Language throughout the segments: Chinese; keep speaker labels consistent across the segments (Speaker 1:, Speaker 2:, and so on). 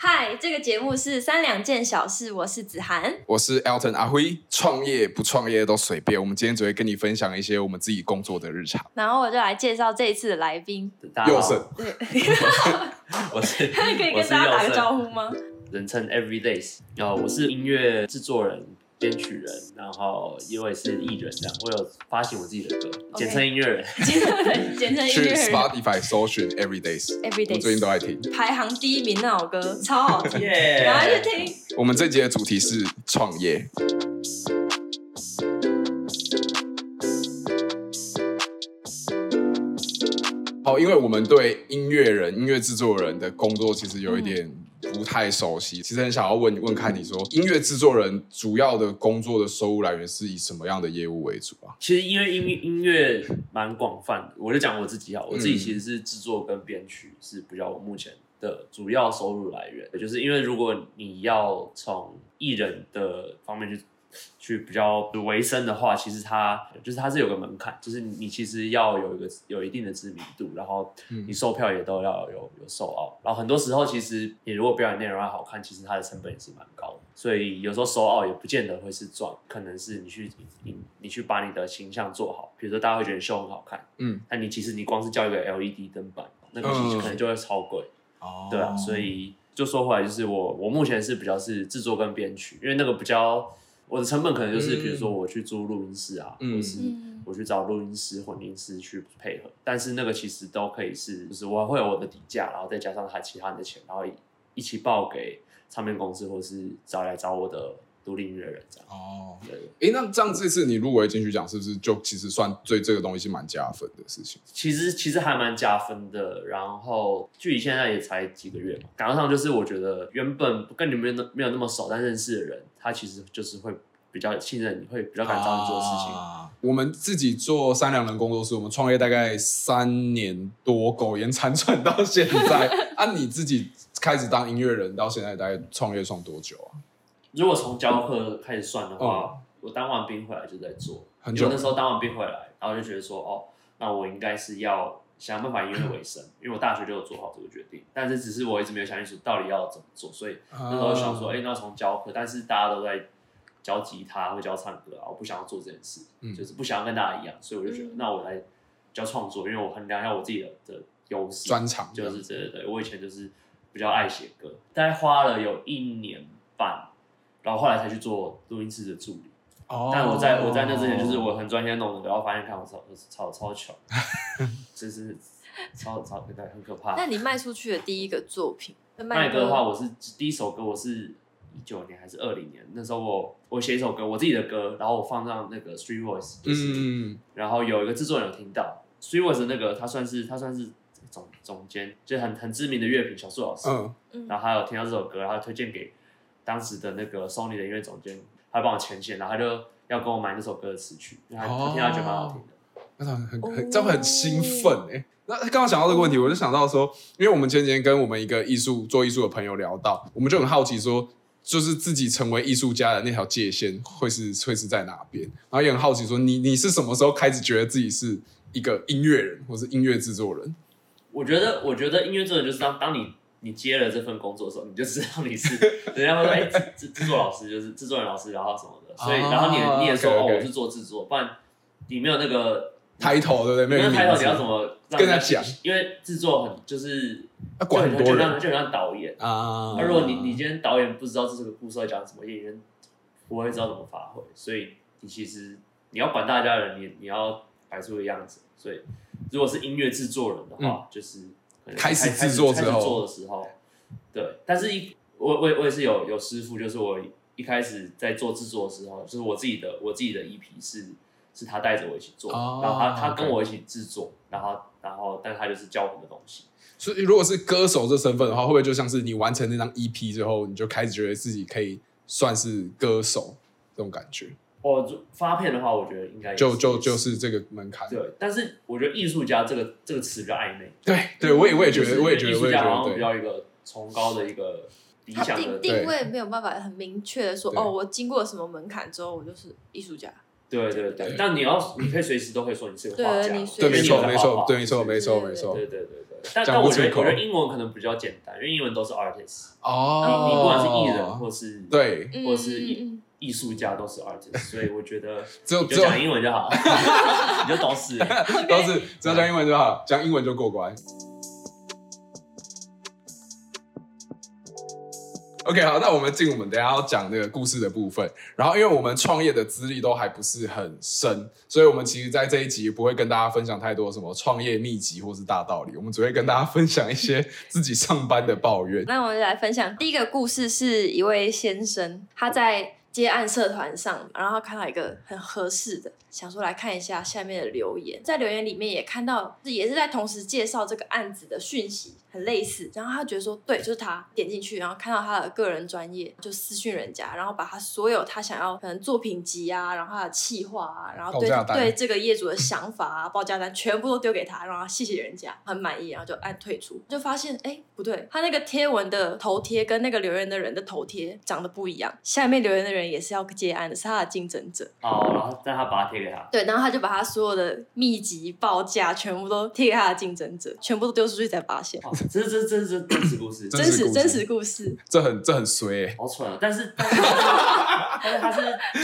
Speaker 1: 嗨，这个节目是三两件小事，我是子涵。
Speaker 2: 我是 Elton 阿辉，创业不创业都随便。我们今天只会跟你分享一些我们自己工作的日常。
Speaker 1: 然后我就来介绍这一次的来宾，
Speaker 3: 大
Speaker 2: 佑
Speaker 3: 家
Speaker 2: 胜
Speaker 3: 好，
Speaker 1: 对，
Speaker 3: 我是
Speaker 1: 可以
Speaker 3: 我
Speaker 1: 跟
Speaker 3: 是
Speaker 1: 大家打个
Speaker 3: 佑胜
Speaker 1: 招呼 吗？
Speaker 3: 人称 Everydays，然后我是音乐制作人、编曲人，然后因为是艺人这样，我有发行我自己的歌，
Speaker 1: OK
Speaker 3: 简称音乐人。
Speaker 1: 简称音
Speaker 2: 去
Speaker 1: 乐人
Speaker 2: Spotify 搜寻 Every Days，
Speaker 1: Every
Speaker 2: 我最近都
Speaker 1: Day
Speaker 2: 在听。
Speaker 1: 排行第一名那首歌超好 听，
Speaker 3: 耶
Speaker 1: 赶快去听。
Speaker 2: 我们这集的主题是创业。好，因为我们对音乐人、音乐制作人的工作其实有一点不太熟悉，其实很想要问问看你说，音乐制作人主要的工作的收入来源是以什么样的业务为主啊？
Speaker 3: 其实因为音音乐蛮广泛的，我就讲我自己好，我自己
Speaker 2: 嗯
Speaker 3: 其实是制作跟编曲是比较我目前的主要收入来源，就是因为如果你要从艺人的方面去去比较维生的话，其实它就是它是有个门槛，就是你你其实要有一个有一定的知名度，然后
Speaker 2: 嗯
Speaker 3: 你售票也都要有有售奥，然后很多时候其实你如果表演内容要好看，其实它的成本也是蛮高的，所以有时候售奥也不见得会是赚，可能是你去你你去把你的形象做好，比如说大家会觉得你秀很好看，
Speaker 2: 嗯，
Speaker 3: 但你其实你光是叫一个 LED 灯板，那个其实
Speaker 2: 嗯
Speaker 3: 可能就会超贵，
Speaker 2: 哦
Speaker 3: 对啊，所以就说回来，就是我我目前是比较是制作跟编曲，因为那个比较我的成本可能就是
Speaker 2: 嗯
Speaker 3: 比如说我去租录音室啊，
Speaker 2: 嗯
Speaker 3: 或是
Speaker 1: 嗯
Speaker 3: 我去找录音师、混音师去配合，但是那个其实都可以是，就是我会有我的底价，然后再加上他其他人的钱，然后一一起报给唱片公司或是找来找我的独立音乐人这样。
Speaker 2: 哦，
Speaker 3: 对，
Speaker 2: 诶，那这样这次你入围金曲奖，是不是就其实算对这个东西是蛮加分的事情？
Speaker 3: 其实其实还蛮加分的。然后距离现在也才几个月嘛，赶上就是我觉得原本跟你们没有没有那么熟，但认识的人，他其实就是会比较信任你，会比较敢找你做事情。
Speaker 2: 啊我们自己做三两人工作室，我们创业大概三年多，苟延残喘到现 在。啊，你自己开始当音乐人到现在，大概创业创多久啊？
Speaker 3: 如果从教课开始算的话，我当完兵回来就在做，
Speaker 2: 哦很
Speaker 3: 因为
Speaker 2: 久
Speaker 3: 我那时候当完兵回来，然后就觉得说，哦，那我应该是要想办法以音乐为生，因为我大学就有做好这个决定，但是只是我一直没有想清楚到底要怎么做，所以
Speaker 2: 啊
Speaker 3: 那时候想
Speaker 2: 嗯
Speaker 3: 说，哎、那从教课，但是大家都在教吉他或教唱歌啊，我不想要做这件事，
Speaker 2: 嗯
Speaker 3: 就是不想要跟大家一样，所以我就觉得，
Speaker 1: 嗯
Speaker 3: 那我来教创作，因为我衡量一下我自己的的优势，
Speaker 2: 专长
Speaker 3: 就是对对对，我以前就是比较爱写歌，大概花了有一年半，然后后来才去做录音室的助理。
Speaker 2: 哦
Speaker 3: 但我在我在那之前，就是我很专心地弄的，然后发现看我超超 超穷，就是超超对很可怕。
Speaker 1: 那你卖出去的第一个作品，
Speaker 3: 麦歌的话，
Speaker 1: 我
Speaker 3: 我是第一首歌，我是一九年还是二零年？那时候我我写一首歌，我自己的歌，然后我放上那个 Street Voice，就是、
Speaker 2: 嗯，
Speaker 3: 然后有一个制作人有听到 Street Voice 的那个，他算是他算是总总监，就是很很知名的乐评小树老师，
Speaker 2: 嗯
Speaker 1: 嗯
Speaker 3: 然后他有听到这首歌，然后他推荐给当时的那个 Sony 的音乐总监，他帮我牵线，然后他就要跟我买那首歌的词曲，然后他听到觉得蛮好听的。
Speaker 2: 那很很
Speaker 1: 哦
Speaker 2: 很，这样会很兴奋哎、那刚刚想到这个问题，我就想到说，因为我们前几天跟我们一个艺术做艺术的朋友聊到，我们就很好奇说，就是自己成为艺术家的那条界限会是会是在哪边？然后也很好奇说，你你是什么时候开始觉得自己是一个音乐人或是音乐制作人？
Speaker 3: 我觉得，我觉得音乐制作人就是当当你你接了这份工作的时候，你就知道你 是人家会说哎制制制作老师就是制作人老师，然后什么的，所以
Speaker 2: 哦
Speaker 3: 然后你你也说
Speaker 2: OK，OK
Speaker 3: 哦我是做制作，不然你没有那个
Speaker 2: 抬头对不对？
Speaker 3: 没
Speaker 2: 没
Speaker 3: 有
Speaker 2: 有
Speaker 3: 开头
Speaker 2: 名
Speaker 3: 你
Speaker 2: 字
Speaker 3: 要怎么让
Speaker 2: 跟他
Speaker 3: 人家
Speaker 2: 讲
Speaker 3: 因为制作很就是
Speaker 2: 要管很多
Speaker 3: 就很像
Speaker 2: 人
Speaker 3: 就很像导演，
Speaker 2: 啊
Speaker 3: 那、如果你你今天导演不知道这是个故事要讲什么，演员不会知道怎么发挥，所以你其实你要管大家的人，你你要摆出个样子。所以如果是音乐制作人的话，就是可
Speaker 2: 嗯
Speaker 3: 能
Speaker 2: 开始
Speaker 3: 始
Speaker 2: 制作
Speaker 3: 开始
Speaker 2: 之后
Speaker 3: 做的时候，对。但是一我我我也是有有师傅，就是我一开始在做制作的时候，就是我自己的我自己的 EP 是是他带着我一起做，
Speaker 2: 哦
Speaker 3: 然后他他
Speaker 2: OK
Speaker 3: 跟我一起制作，然后然后但他就是教我们的东西。
Speaker 2: 所以，如果是歌手这身份的话，会不会就像是你完成那张 EP 之后，你就开始觉得自己可以算是歌手这种感觉？
Speaker 3: 哦，就发片的话，我觉得应该也
Speaker 2: 就就
Speaker 3: 也
Speaker 2: 就是这个门槛。
Speaker 3: 对，但是我觉得“艺术家”这个这个词比较暧昧，
Speaker 2: 对对，我也我也觉
Speaker 3: 就是因
Speaker 2: 得，
Speaker 3: 为
Speaker 2: 我也觉
Speaker 3: 艺
Speaker 2: 得，
Speaker 3: 术
Speaker 2: 我也
Speaker 3: 家
Speaker 2: 觉
Speaker 3: 好像
Speaker 2: 得
Speaker 3: 比
Speaker 2: 对。
Speaker 3: 较一个崇高的一个理
Speaker 1: 他
Speaker 3: 想
Speaker 1: 定
Speaker 3: 的，
Speaker 1: 定位没有办法很明确的说，
Speaker 2: 对
Speaker 1: 哦，我经过什么门槛之后，我就是艺术家。
Speaker 3: 对对对，但你要你可以随时都可以说你是个画家，
Speaker 1: 对你随
Speaker 2: 对，
Speaker 1: 时
Speaker 2: 没
Speaker 1: 对
Speaker 2: 错，
Speaker 1: 对
Speaker 2: 没错，对，没错，没错，没错
Speaker 3: 对。对对对。但
Speaker 2: 讲
Speaker 3: 但
Speaker 2: 不
Speaker 3: 我
Speaker 2: 出
Speaker 3: 觉得
Speaker 2: 口
Speaker 3: 我觉得英文可能比较简单，因为英文都是 artist，
Speaker 2: 哦，
Speaker 3: 你你不管是艺人或是
Speaker 2: 对，
Speaker 1: 嗯
Speaker 3: 或是
Speaker 1: 嗯嗯
Speaker 3: 艺艺术家都是 artist，所以我觉得
Speaker 2: 只有
Speaker 3: 你
Speaker 2: 只
Speaker 3: 就
Speaker 2: 有
Speaker 3: 讲英文就好， 你就懂事。
Speaker 2: 都是只要讲英文就好，讲英文就过关。OK，好，那我们进我们等一下要讲那个故事的部分。然后，因为我们创业的资历都还不是很深，所以我们其实在这一集不会跟大家分享太多什么创业秘籍或是大道理，我们只会跟大家分享一些自己上班的抱怨。
Speaker 1: 那我就来分享第一个故事，是一位先生，他在接案社团上，然后看到一个很合适的，想说来看一下下面的留言，在留言里面也看到，也是在同时介绍这个案子的讯息，很类似。然后他觉得说，对，就是他点进去，然后看到他的个人专业，就私讯人家，然后把他所有他想要可能作品集啊，然后他的企划啊，然后对
Speaker 2: 报价单
Speaker 1: 对这个业主的想法啊、报价单全部都丢给他，让他谢谢人家，很满意，然后就按退出，就发现哎不对，他那个贴文的头贴跟那个留言的人的头贴长得不一样，下面留言的人也是要接案的，是他的竞争者，
Speaker 3: 好，然后但他把它贴给他，
Speaker 1: 对，然后他就把他所有的秘籍报价全部都贴给他的竞争者，全部都丢出去才发现，
Speaker 3: 哇哦这这这这真实故事，
Speaker 2: 真
Speaker 1: 真
Speaker 2: 实
Speaker 1: 实
Speaker 2: 故事
Speaker 1: 真实故事，
Speaker 2: 这很这很衰、欸，
Speaker 3: 好蠢啊！但是但是 但是他是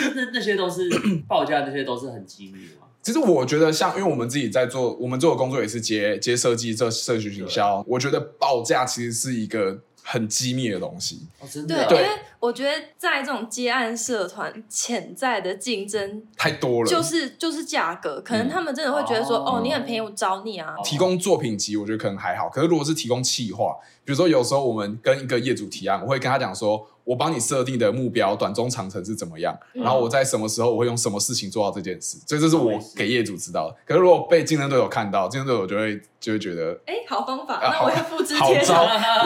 Speaker 3: 就是那些都是报价，那些都是很机密的嘛。
Speaker 2: 其实我觉得像，因为我们自己在做，我们做的工作也是接接设计、这社群营销，我觉得报价其实是一个很机密的东西。
Speaker 3: 哦，真
Speaker 1: 对，
Speaker 3: 的啊，
Speaker 1: 因为我觉得在这种接案社团潜在的竞争
Speaker 2: 太多了。
Speaker 1: 就是就是价格，可能他们真的会觉得说，
Speaker 3: 哦
Speaker 1: 哦，你很便宜，我找你啊。
Speaker 2: 提供作品集，我觉得可能还好。可是如果是提供企划，比如说有时候我们跟一个业主提案，我会跟他讲说，我帮你设定的目标短中长程是怎么样，
Speaker 1: 嗯
Speaker 2: 然后我在什么时候我会用什么事情做到这件事，所以这是
Speaker 3: 我
Speaker 2: 我
Speaker 3: 也是
Speaker 2: 给业主知道的。可是如果被竞争对手看到，竞争对手就会就会觉得
Speaker 1: 哎、好方法，
Speaker 2: 啊
Speaker 1: 那
Speaker 2: 好
Speaker 1: 我要复制
Speaker 2: 好
Speaker 1: 贴
Speaker 2: 招
Speaker 1: 上，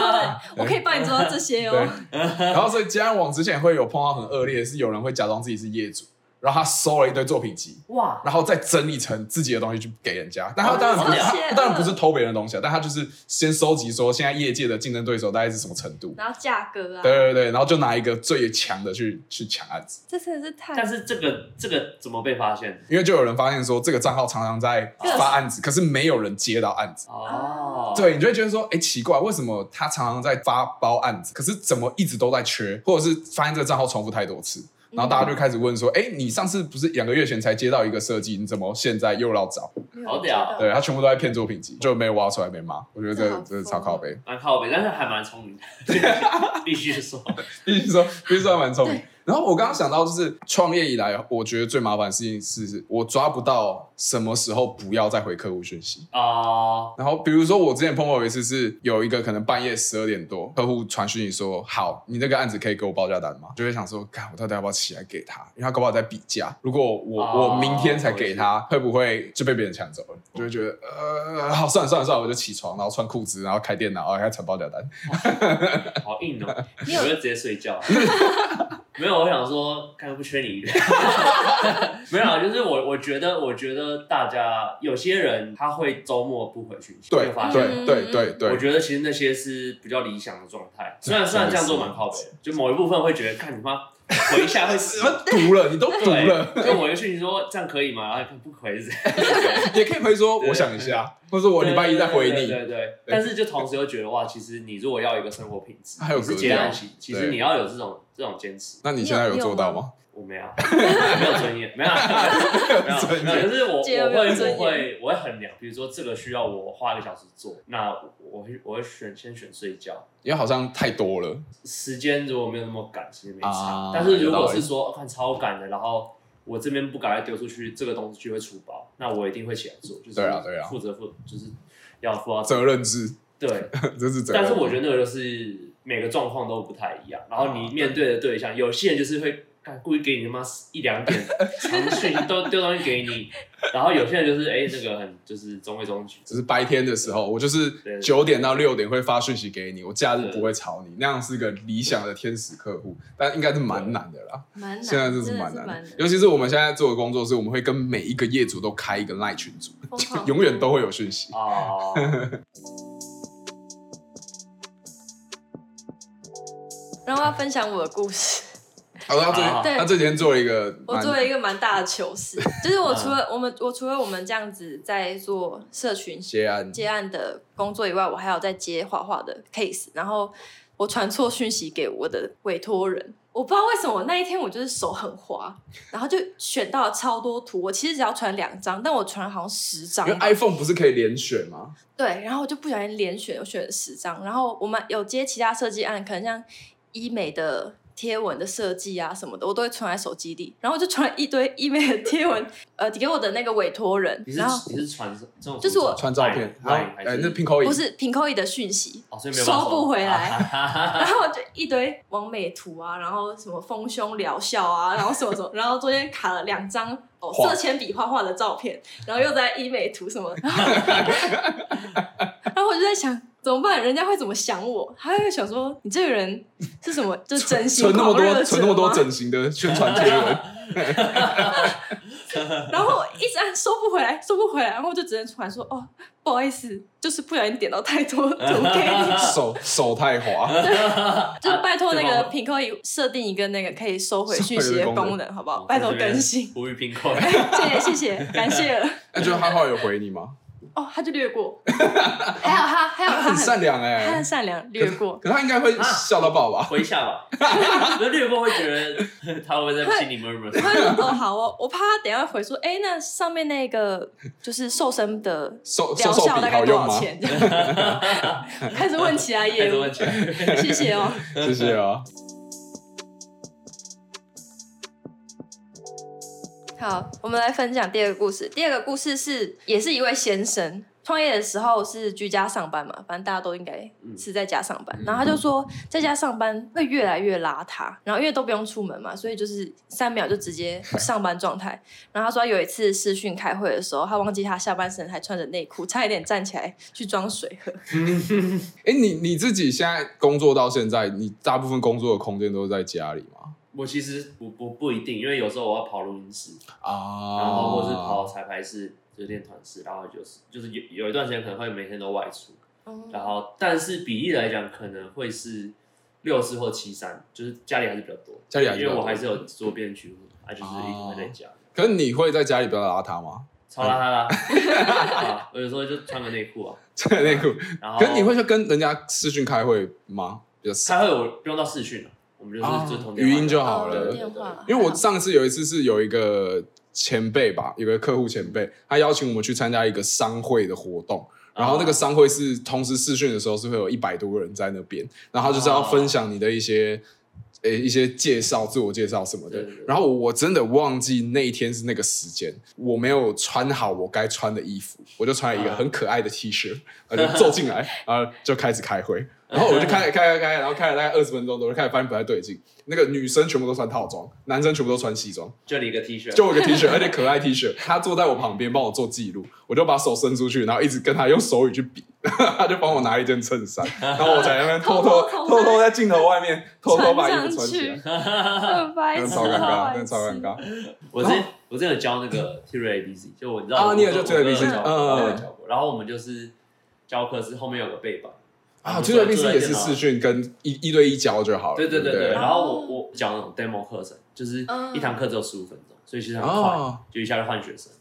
Speaker 1: 我可以帮你做到这些哦。
Speaker 2: 对，然后所以接案网之前会有碰到很恶劣的是，有人会假装自己是业主，然后他收了一堆作品集，
Speaker 3: 哇，
Speaker 2: 然后再整理成自己的东西去给人家。但他
Speaker 3: 哦
Speaker 2: 当然不是，
Speaker 3: 这
Speaker 1: 么邪恶
Speaker 2: 他当然不是偷别人的东西啊，但他就是先收集说现在业界的竞争对手大概是什么程度。
Speaker 1: 然后价格啊，
Speaker 2: 对对对，然后就拿一个最强的去去抢案子，
Speaker 1: 这真的是太
Speaker 3: 但是这个这个怎么被发现？
Speaker 2: 因为就有人发现说这个账号常常在发案子，可是没有人接到案子。
Speaker 3: 哦，
Speaker 2: 对，你就会觉得说，哎，奇怪，为什么他常常在发包案子，可是怎么一直都在缺，或者是发现这个账号重复太多次，
Speaker 1: 嗯
Speaker 2: 然后大家就开始问说，哎，你上次不是两个月前才接到一个设计，你怎么现在又要找？
Speaker 1: 没有
Speaker 3: 好
Speaker 1: 人
Speaker 3: 屌
Speaker 1: 知道
Speaker 2: 对他全部都在骗作品集，就没挖出来被骂，我觉得
Speaker 1: 这
Speaker 2: 这
Speaker 1: 好
Speaker 2: 这是
Speaker 1: 疯
Speaker 2: 超靠
Speaker 1: 哦
Speaker 2: 背。
Speaker 3: 蛮靠北，但是还蛮聪明的， 必须说，
Speaker 2: 必须说，必须说还蛮聪明
Speaker 1: 对。
Speaker 2: 然后我刚刚想到，就是创业以来，我觉得最麻烦的事情是我抓不到什么时候不要再回客户讯息。
Speaker 3: 哦，
Speaker 2: 然后比如说我之前碰过有一次是有一个可能半夜十二点多，客户传讯息说好，你这个案子可以给我报价单吗？就会想说，看我到底要不要起来给他，因为他搞不好在比价，如果我、
Speaker 3: 哦
Speaker 2: 我明天才给他，会不会就被别人抢走了？就会觉得呃，好算了算了算了，我就起床，然后穿裤子，然后开电脑，然后哦开始传报价单。
Speaker 3: 好硬哦，我
Speaker 1: 你有
Speaker 3: 就直接睡觉。没有，我想说，看不缺你一个。 没有啊，就是我，我觉得，我觉得大家有些人他会周末不回讯息，你
Speaker 2: 对
Speaker 3: 有发现吗
Speaker 2: 对对对
Speaker 3: 我
Speaker 2: 对，
Speaker 3: 觉得其实那些是比较理想的状 态，
Speaker 2: 对
Speaker 3: 虽然虽然这样做蛮靠北的，就某一部分会觉得，看你妈回一下会 死
Speaker 2: 什。么读了，你都读了。
Speaker 3: 对，就某一个讯息说这样可以吗？然后不可以，
Speaker 2: 也可以回说
Speaker 3: 对
Speaker 2: 我想一下，或者说我礼拜一再回
Speaker 3: 对对
Speaker 2: 你。
Speaker 3: 对对对但是就同时又觉得哇，其实你如果要有一个生活品质，
Speaker 2: 还有
Speaker 3: 你是
Speaker 2: 格
Speaker 3: 接
Speaker 2: 调
Speaker 3: 案型，其实
Speaker 2: 对
Speaker 3: 你要有这种这种坚持。
Speaker 2: 那你现在有做到吗？
Speaker 3: 我 没有，没有尊严，没有，没有，没有。就是我，
Speaker 1: 戒了
Speaker 3: 我
Speaker 1: 没有
Speaker 3: 会，
Speaker 1: 尊严
Speaker 3: 我会，我会衡量。比如说，这个需要我花一个小时做，那我会，我会选先选睡觉。
Speaker 2: 因为好像太多了，
Speaker 3: 时间如果没有那么赶，其实没差。
Speaker 2: 啊
Speaker 3: 但是如果是说看超赶的，然后我这边不赶快丢出去，这个东西就会出包，那我一定会起来做，就是
Speaker 2: 对啊对啊
Speaker 3: 负责负就是要负到
Speaker 2: 责任制，
Speaker 3: 对。
Speaker 2: 这是责任。
Speaker 3: 但是我觉得那个就是每个状况都不太一样，然
Speaker 2: 啊
Speaker 3: 后你面对的对象，有些人就是会干故意给你他妈一两点 长讯息都丢东西给你，然后有些人就是哎、那个很就是中规中矩，
Speaker 2: 只是白天的时候，我就是
Speaker 3: 对
Speaker 2: 九点到六点会发讯息给你，我假日不会吵你，那样是个理想的天使客户，但应该是蛮难的啦。
Speaker 1: 蛮难，
Speaker 2: 现在这
Speaker 1: 真的
Speaker 2: 蛮
Speaker 1: 是
Speaker 2: 难
Speaker 1: 难
Speaker 2: 的，，尤其是我们现在做的工作是，我们会跟每一个业主都开一个 line 群组，
Speaker 1: 疯狂
Speaker 2: 永远都会有讯息。
Speaker 3: 哦，
Speaker 1: 然后我要分享我的故事。
Speaker 2: 然后他最
Speaker 3: 好
Speaker 1: 对
Speaker 2: 他这几天做了一个
Speaker 1: 我
Speaker 2: 蛮，嗯
Speaker 1: 做了一个蛮大的糗 事，就是我除了我们我除了我们这样子在做社群
Speaker 2: 结案，
Speaker 1: 接案的工作以外，我还有在接画画的 case，然后我传错讯息给我的委托人，我不知道为什么那一天我就是手很滑，然后就选到了超多图，我其实只要传两张，但我传了好像十张
Speaker 2: 因为
Speaker 1: 吧，
Speaker 2: iPhone 不是可以连选吗？
Speaker 1: 对，然后我就不小心连选，我选了十张，然后我们有接其他设计案，可能像医美的。贴文的设计啊什么的，我都会存在手机里，然后我就传了一堆医美的贴文，呃，给我的那个委托人，
Speaker 3: 你是
Speaker 1: 然后
Speaker 3: 你是传这种
Speaker 1: 就是我
Speaker 2: 传照片，然后
Speaker 3: 还
Speaker 2: 哎，
Speaker 3: 是
Speaker 2: 那 Pinko
Speaker 1: 不是平扣一的讯息，
Speaker 3: 哦，所以没有办法
Speaker 1: 收不回来
Speaker 3: 啊哈哈哈
Speaker 1: 然后我就一堆完美图啊，然后什么丰胸疗效啊， 然后什么什么，然后中间卡了两张哦
Speaker 2: 画
Speaker 1: 色铅笔画画的照 片，然后又在医美图什么， 然后然后我就在想。怎么办？人家会怎么想我？他会想说你这个人是 什么？就是真心
Speaker 2: 存那么
Speaker 1: 狂热者
Speaker 2: 多存那么多
Speaker 1: 吗
Speaker 2: 整形的宣传贴 文，
Speaker 1: 然后我一直按收不回来，收不回来，然后我就只能突然说哦，不好意思，就是不小心点到太多图给你，
Speaker 2: 手手太 滑，
Speaker 1: 就是拜托那
Speaker 3: 对
Speaker 1: 个
Speaker 3: 吧
Speaker 1: 品扣设定一个那个可以收回讯息
Speaker 2: 收回
Speaker 1: 的
Speaker 2: 的功能
Speaker 1: 功能，好不好？
Speaker 3: 我
Speaker 1: 拜
Speaker 3: 在
Speaker 1: 托
Speaker 3: 这边
Speaker 1: 更新。
Speaker 3: 呼吁 Pinko，
Speaker 1: 谢谢谢谢，感谢了。
Speaker 2: 那就他后来有回你吗？
Speaker 1: 哦，他就略过， 还有他，还有他
Speaker 2: 很善良
Speaker 1: 他很
Speaker 2: 哎，
Speaker 1: 善良，略 过。
Speaker 2: 可他应该
Speaker 3: 啊
Speaker 2: 会笑到爆吧？
Speaker 3: 回一 下吧。那略过会觉得 他会不会在心里 murmur？
Speaker 1: 他就说：“哦，好哦，我怕他等一下回说，哎、那上面那个就是瘦身的
Speaker 2: 瘦瘦
Speaker 1: 疗
Speaker 2: 瘦
Speaker 1: 效
Speaker 2: 笔
Speaker 1: 大概
Speaker 2: 好
Speaker 1: 多
Speaker 2: 用
Speaker 1: 少
Speaker 2: 吗？
Speaker 1: 钱？” 开始问起来
Speaker 3: 开
Speaker 1: 业
Speaker 3: 始
Speaker 1: 务
Speaker 3: 问，起来，
Speaker 1: 谢谢哦。
Speaker 2: 谢 谢啊，
Speaker 1: 好，我们来分享第二个故事。第二个故事是，也是一位先生创业的时候是居家上班嘛，反正大家都应该
Speaker 3: 嗯
Speaker 1: 是在家上班。然后他就说，在家上班会越来越邋遢，然后因为都不用出门嘛，所以就是三秒就直接上班状态。然后他说，有一次视讯开会的时候，他忘记他下半身还穿着内裤，差一点站起来去装水喝。
Speaker 2: 哎，你你自己现在工作到现在，你大部分工作的空间都是在家里吗？
Speaker 3: 我其实我我不一定，因为有时候我要跑录音室，
Speaker 2: 啊，
Speaker 3: 然后嗯或是跑彩排室、就是练团室，然后就是就是有有一段时间可能会每天都外出，
Speaker 1: 嗯
Speaker 3: 然后但是比例来讲可能会是六四或七三，就是家里还是比较多，
Speaker 2: 家里还是比
Speaker 3: 因
Speaker 2: 较多
Speaker 3: 为
Speaker 2: 哦
Speaker 3: 我还是有做编曲，啊就是一直会在家。
Speaker 2: 可是你会在家里比较邋遢吗？
Speaker 3: 超邋遢啦！ 啊我有时候就穿个内裤啊，
Speaker 2: 穿内裤。
Speaker 3: 然后
Speaker 2: 可是你会去跟人家视讯开会吗？比较少，
Speaker 3: 开会我不用到视讯了，我们就是
Speaker 2: 啊
Speaker 3: 就通电话
Speaker 2: 语音就好
Speaker 1: 哦
Speaker 2: 了
Speaker 1: 对。电话，
Speaker 2: 因为我上次有一次是有一个前辈吧，有个客户前辈，他邀请我们去参加一个商会的活动。然后那
Speaker 3: 哦
Speaker 2: 个商会是同时视讯的时候是会有一百多个人在那边，然后他就是要分享你的一些呃、一些介绍、自我介绍什么的
Speaker 3: 哦对对对。
Speaker 2: 然后我真的忘记那一天是那个时间，我没有穿好我该穿的衣服，我就穿了一个
Speaker 3: 啊
Speaker 2: 很可爱的 T 恤，然后就走进来，然后就开始开会。
Speaker 3: 啊
Speaker 2: 然后我就开开开开，然后开了大概二十分钟，我就开始发现不太对劲。那个女生全部都穿套装，男生全部都穿西装，
Speaker 3: 就你一个 T 恤，啊
Speaker 2: 就我一个 T 恤，而且可爱 T 恤。他坐在我旁边帮我做记录，我就把手伸出去，然后一直跟他用手语去比， 他就帮我拿一件衬衫，然后我才在那边偷偷
Speaker 1: 偷偷
Speaker 2: 偷偷在镜头外面偷偷把衣服穿
Speaker 1: 穿
Speaker 2: 起
Speaker 1: 上
Speaker 2: 来
Speaker 1: 去，，很白
Speaker 2: 真
Speaker 1: 痴，
Speaker 2: 的超尴尬，真的超
Speaker 1: 好白
Speaker 2: 尴
Speaker 1: 痴
Speaker 2: 尬。
Speaker 3: 我之前我之前有教那个 t u r A B C，就我你知道
Speaker 2: 啊
Speaker 3: 我
Speaker 2: 你有
Speaker 3: 我
Speaker 2: 教
Speaker 3: 我
Speaker 2: Theory ABC
Speaker 3: 我有教
Speaker 2: 嗯
Speaker 3: 过
Speaker 2: 嗯嗯
Speaker 3: 我有教过然后我们就是教课是后面有个背板
Speaker 2: 啊，其实类似也是视
Speaker 3: 是，
Speaker 2: 讯跟一一对一教就好了，
Speaker 3: 对
Speaker 2: 对
Speaker 3: 对对对。
Speaker 2: 不
Speaker 3: 然后我
Speaker 1: 哦
Speaker 3: 我讲那种 demo 课程，就是
Speaker 1: 嗯
Speaker 3: 一堂课只有十五分钟，所以其实很快
Speaker 2: 哦，
Speaker 3: 就一下就换学生。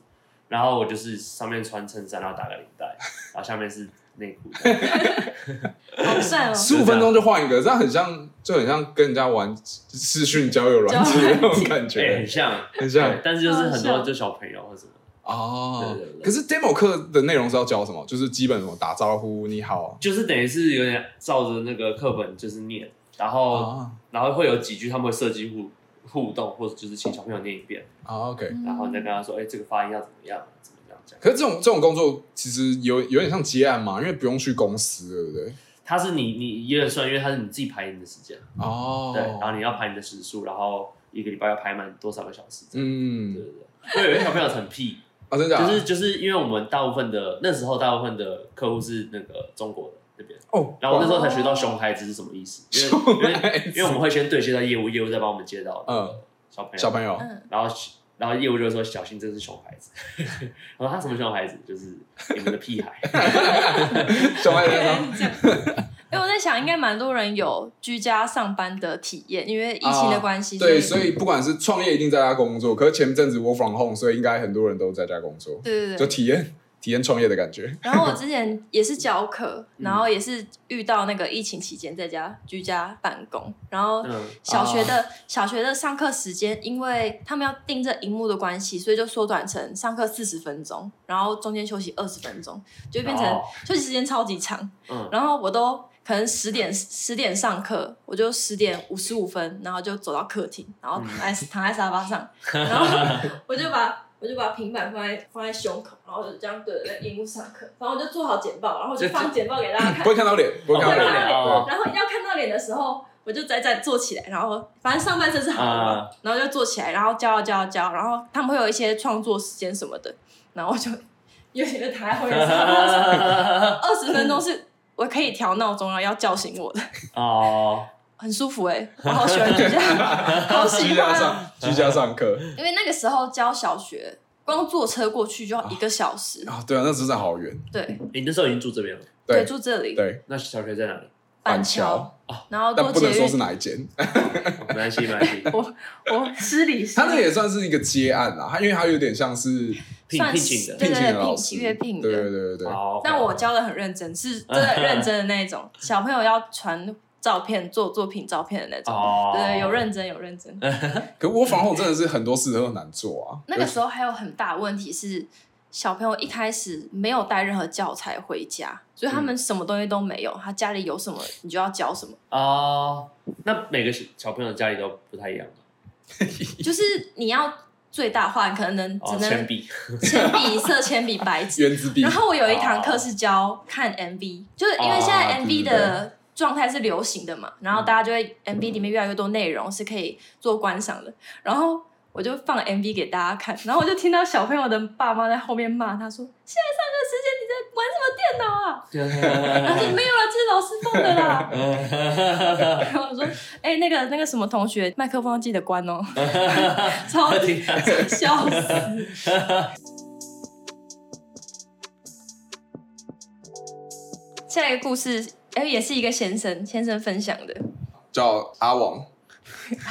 Speaker 3: 然后我就是上面穿衬衫，然后打个领带，然后下面是内裤。
Speaker 1: 好帅哦！
Speaker 2: 十五分钟就换一个，这样很像，就很像跟人家玩视讯交友软件
Speaker 1: 交友软件
Speaker 2: 那种感
Speaker 3: 哎、
Speaker 2: 觉
Speaker 3: 很，像，
Speaker 2: 很像
Speaker 3: 对但是就是很
Speaker 1: 好
Speaker 3: 多
Speaker 1: 像
Speaker 3: 就小朋友或什么，
Speaker 2: 哦
Speaker 3: 对对对。
Speaker 2: 可是 demo 课的内容是要教什么？就是基本什么打招呼、你好
Speaker 3: 就是等于是有点照着那个课本就是念，然后、
Speaker 2: 啊
Speaker 3: 然后会有几句他们会设计互互动，或者就是请小朋友念一遍，
Speaker 2: 啊，OK。
Speaker 1: 嗯
Speaker 3: 然后你再跟他说，哎、这个发音要怎么样，怎么样讲。
Speaker 2: 可是这种这种工作其实有有点像接案嘛，因为不用去公司，对不对？
Speaker 3: 他是你你也很算，因为他是你自己排你的时间，
Speaker 2: 哦
Speaker 3: 嗯对，然后你要排你的时数，然后一个礼拜要排满多少个小时，这样对
Speaker 2: 嗯，
Speaker 3: 对对。会有一些小朋友很屁，
Speaker 2: 啊，真的假
Speaker 3: 就
Speaker 2: 的，
Speaker 3: 是就是因为我们大部分的那时候大部分的客户是那个中国的那边。
Speaker 2: 哦，
Speaker 3: 然后我那时候才学到熊孩子是什么意思，因为因
Speaker 2: 熊孩
Speaker 3: 为
Speaker 2: 子
Speaker 3: 因为我们会先对接到业务，业务再帮我们接到
Speaker 2: 嗯
Speaker 3: 小朋友，
Speaker 2: 小朋友
Speaker 1: 嗯，
Speaker 3: 然后然后业务就说小心这是熊孩子， 我 说他什么熊孩子，就是你们的屁孩，
Speaker 2: 小朋友在
Speaker 1: 原来
Speaker 2: 说
Speaker 1: 是这样因为我在想，应该蛮多人有居家上班的体验，因为疫情的关系、
Speaker 2: 对，所以不管是创业一定在家工作，可是前阵子 work from home，所以应该很多人都在家工作，
Speaker 1: 对对
Speaker 2: 就
Speaker 1: 对。
Speaker 2: 体验体验创业的感觉。
Speaker 1: 然 后我之前也是教课，
Speaker 3: 嗯
Speaker 1: 然后也是遇到那个疫情期间在家居家办公，然后
Speaker 3: 嗯，
Speaker 1: 小学的、小学的上课时间，因为他们要盯着荧幕的关系，所以就缩短成上课四十分钟，然后中间休息二十分钟，就变成
Speaker 3: 哦
Speaker 1: 休息时间超级长。
Speaker 3: 嗯
Speaker 1: 然后我都可能十点十点上课，我就十点五十五分，然后就走到客厅，然
Speaker 2: 嗯
Speaker 1: 后躺在、躺在沙发 上，然后我就把。我就把平板放在放在胸口，然后就这样对着那荧幕上课，然后我就做好简报，然后我就
Speaker 3: 这
Speaker 1: 放简报给大家看
Speaker 2: 不。会看到脸，不会看到
Speaker 1: 不会看
Speaker 2: 脸。啊
Speaker 1: 到
Speaker 3: 哦
Speaker 1: 然后要看到脸的时候，我就再再坐起来，然后反正上半身是好的
Speaker 2: 啊
Speaker 3: 啊
Speaker 1: 嘛，然后就坐起来，然后教教教，然后他们会有一些创作时间什么的，然后我就 有点就躺在后 面 沙发上，二十分钟是我可以调闹钟，然后啊要叫醒我的，
Speaker 3: 哦，
Speaker 1: 很舒服哎、我好喜欢居家， 好喜
Speaker 2: 居家
Speaker 1: 欢、啊，
Speaker 2: 上居家上课
Speaker 1: 因为那个时候教小学，光坐车过去就要一个小时，
Speaker 2: 啊，对啊，那真的好远。
Speaker 1: 对
Speaker 3: 你那时候已经住这边了，
Speaker 2: 对
Speaker 1: 住这里
Speaker 2: 对，
Speaker 3: 那小学在哪里？
Speaker 1: 板
Speaker 2: 板桥啊
Speaker 1: 桥，然后
Speaker 2: 但
Speaker 1: 坐
Speaker 2: 不能
Speaker 1: 捷
Speaker 2: 说是
Speaker 1: 运，
Speaker 2: 哪一间，
Speaker 3: 哦没关系，没关系，
Speaker 1: 我失礼失
Speaker 2: 他那个
Speaker 1: 礼。
Speaker 2: 也算是一个接案啦，他因为他有点像是
Speaker 3: 聘
Speaker 1: 算
Speaker 3: 聘
Speaker 1: 是
Speaker 3: 请的。哦
Speaker 1: 对
Speaker 2: 聘请
Speaker 1: 对
Speaker 2: 的老师，
Speaker 1: 聘约聘的
Speaker 2: 对对对对对，
Speaker 3: 好，
Speaker 1: 但我教的很认真，是真的认真的那一种，小朋友要传照片、做作品照片的那种。
Speaker 3: 哦，
Speaker 1: 对，有认真有认真。
Speaker 2: 可我防控真的是很多事都很难做啊。
Speaker 1: 那个时候还有很大的问题是，小朋友一开始没有带任何教材回家，所以他们什么东西都没有，
Speaker 3: 嗯
Speaker 1: 他家里有什么你就要教什么，
Speaker 3: 哦，那每个小小朋友家里都不太一样，
Speaker 1: 就是你要最大化，可能能只
Speaker 3: 哦，
Speaker 1: 能
Speaker 3: 铅笔，
Speaker 1: 铅笔、色铅笔、白纸。
Speaker 2: 原子笔
Speaker 1: 然，后我有一堂课是教看 MV，就是因为现
Speaker 2: 哦
Speaker 1: 在
Speaker 2: 对
Speaker 1: MV
Speaker 2: 对嗯对
Speaker 1: 的状态是流行的嘛，然后大家就会 MV 里面越来越多内容是可以做观赏的，然后。我就放 MV 给大家看，然后我就听到小朋友的爸妈在后面骂他说：“现在上课时间你在玩什么电脑啊？”
Speaker 2: 嗯
Speaker 1: 然后说没有了，这是老师放的 啦。然后我说，哎、那个那个什么同学，麦克风要记得关 哦，超级 笑死。下一个故事，哎、也是一个先生先生分享的，
Speaker 2: 叫阿王，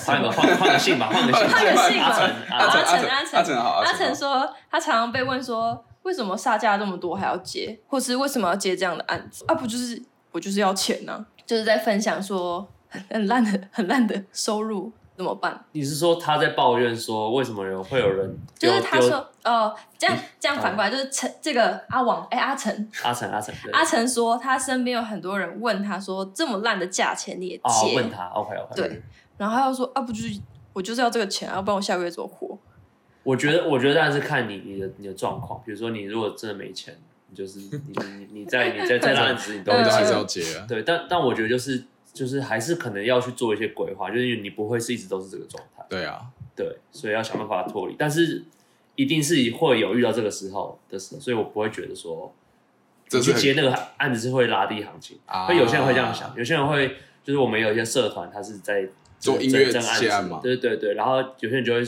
Speaker 3: 换个换换个姓吧，换个姓吧，啊
Speaker 1: 换个姓吧
Speaker 3: 阿成
Speaker 2: 阿
Speaker 3: 阿
Speaker 2: 成
Speaker 3: 成，
Speaker 1: 阿成
Speaker 2: 阿
Speaker 1: 阿成
Speaker 2: 成阿成好，
Speaker 3: 啊
Speaker 1: 阿
Speaker 2: 好
Speaker 1: 成说，他常常被问说，为什么杀价这么多还要接，或是为什么要接这样的案子？啊，不就是我就是要钱呢、就是在分享说很很烂的很烂的收入怎么办？
Speaker 3: 你是说他在抱怨说为什么有会有人
Speaker 1: 嗯就
Speaker 3: 丢
Speaker 1: 是他
Speaker 3: 丢
Speaker 1: 说哦，这样这样反过来就是陈这个阿王哎、阿成
Speaker 3: 阿成阿成对
Speaker 1: 阿成说他身边有很多人问他说这么烂的价钱你也
Speaker 3: 哦
Speaker 1: 接，
Speaker 3: 问他 OK OK
Speaker 1: 对，然后他又说啊不就是我就是要这个钱啊，要不然我下个月怎么活？
Speaker 3: 我觉得，我觉得当然是看你你的你的状况。比如说，你如果真的没钱，你就是你你你在你在在那案子，你都
Speaker 2: 我
Speaker 3: 会
Speaker 2: 们都还
Speaker 1: 嗯
Speaker 3: 接
Speaker 2: 是要接啊。
Speaker 3: 对。但但我觉得就是就是还是可能要去做一些规划，就是你不会是一直都是这个状态，
Speaker 2: 对啊，
Speaker 3: 对。所以要想办法脱离，但是一定是会有遇到这个时候的时候，所以我不会觉得说
Speaker 2: 这
Speaker 3: 你
Speaker 2: 是
Speaker 3: 去
Speaker 2: 很
Speaker 3: 接那个案子是会拉低行情。
Speaker 2: 啊
Speaker 3: 会有些人会这样想，有些人会就是我们有一些社团，他是在
Speaker 2: 做音乐
Speaker 3: 正案
Speaker 2: 接案
Speaker 3: 子
Speaker 2: 嘛
Speaker 3: 对对对，然后有些人就会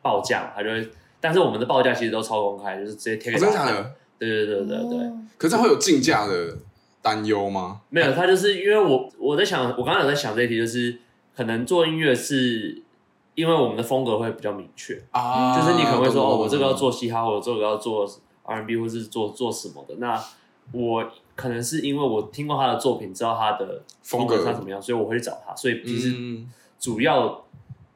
Speaker 3: 报价，他就会，但是我们的报价其实都超公开，就是直接贴
Speaker 2: 哦
Speaker 3: 给
Speaker 2: 真的
Speaker 3: 大家
Speaker 2: 假
Speaker 3: 看。
Speaker 2: 的？
Speaker 3: 对对对对对，
Speaker 1: 哦
Speaker 2: 可是会有竞价的担忧吗？
Speaker 3: 没有，他就是因为我我在想，我刚刚有在想这一题，就是可能做音乐是因为我们的风格会比较明确，
Speaker 2: 啊，
Speaker 3: 就是你可能会说，
Speaker 2: 懂
Speaker 3: 哦，我这个要，做嘻哈，我这个要做 R&B，或是做做什么的。那我可能是因为我听过他的作品，知道他的
Speaker 2: 风格
Speaker 3: 他怎么样，所以我会去找他。所以
Speaker 2: 懂懂
Speaker 3: 其实
Speaker 2: 嗯，
Speaker 3: 主要、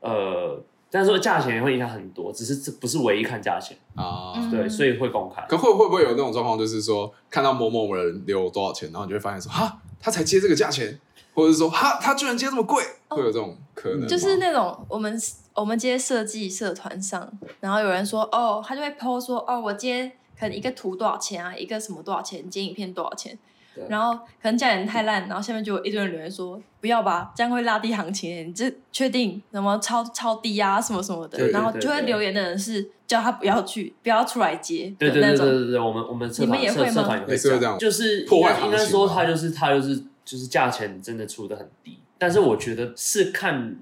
Speaker 3: 呃，但是说价钱也会影响很多，只是这不是唯一看价钱，
Speaker 2: 啊
Speaker 1: 嗯。
Speaker 3: 对，所以会公开。
Speaker 2: 可会会不会有那种状况，就是说看到某某人留多少钱，然后你就会发现说，哈，他才接这个价钱，或者是说，哈，他居然接这么贵，会有这种可能吗？
Speaker 1: 就是那种我们我们接设计社团上，然后有人说哦，他就会 PO 说哦，我接可能一个图多少钱啊，一个什么多少钱，接影片多少钱
Speaker 3: 对。
Speaker 1: 然后可能价钱太烂，然后下面就有一堆人留言说不要吧，这样会拉低行情，你这确定什么超超低啊什么什么的，
Speaker 3: 对对
Speaker 1: 然后
Speaker 3: 对
Speaker 1: 就会
Speaker 3: 对
Speaker 1: 留言的人是叫他不要去，不要出来接的
Speaker 3: 对对对
Speaker 1: 那
Speaker 3: 对
Speaker 1: 种。
Speaker 3: 对对，我们我们社
Speaker 1: 你们
Speaker 3: 团
Speaker 1: 也
Speaker 3: 社
Speaker 1: 会吗
Speaker 3: 社团也会
Speaker 2: 也是会这样
Speaker 3: 就是
Speaker 2: 破坏行情
Speaker 3: 应
Speaker 2: 吗
Speaker 3: 该说他就是他就是就是价钱真的出的很低，但是我觉得是看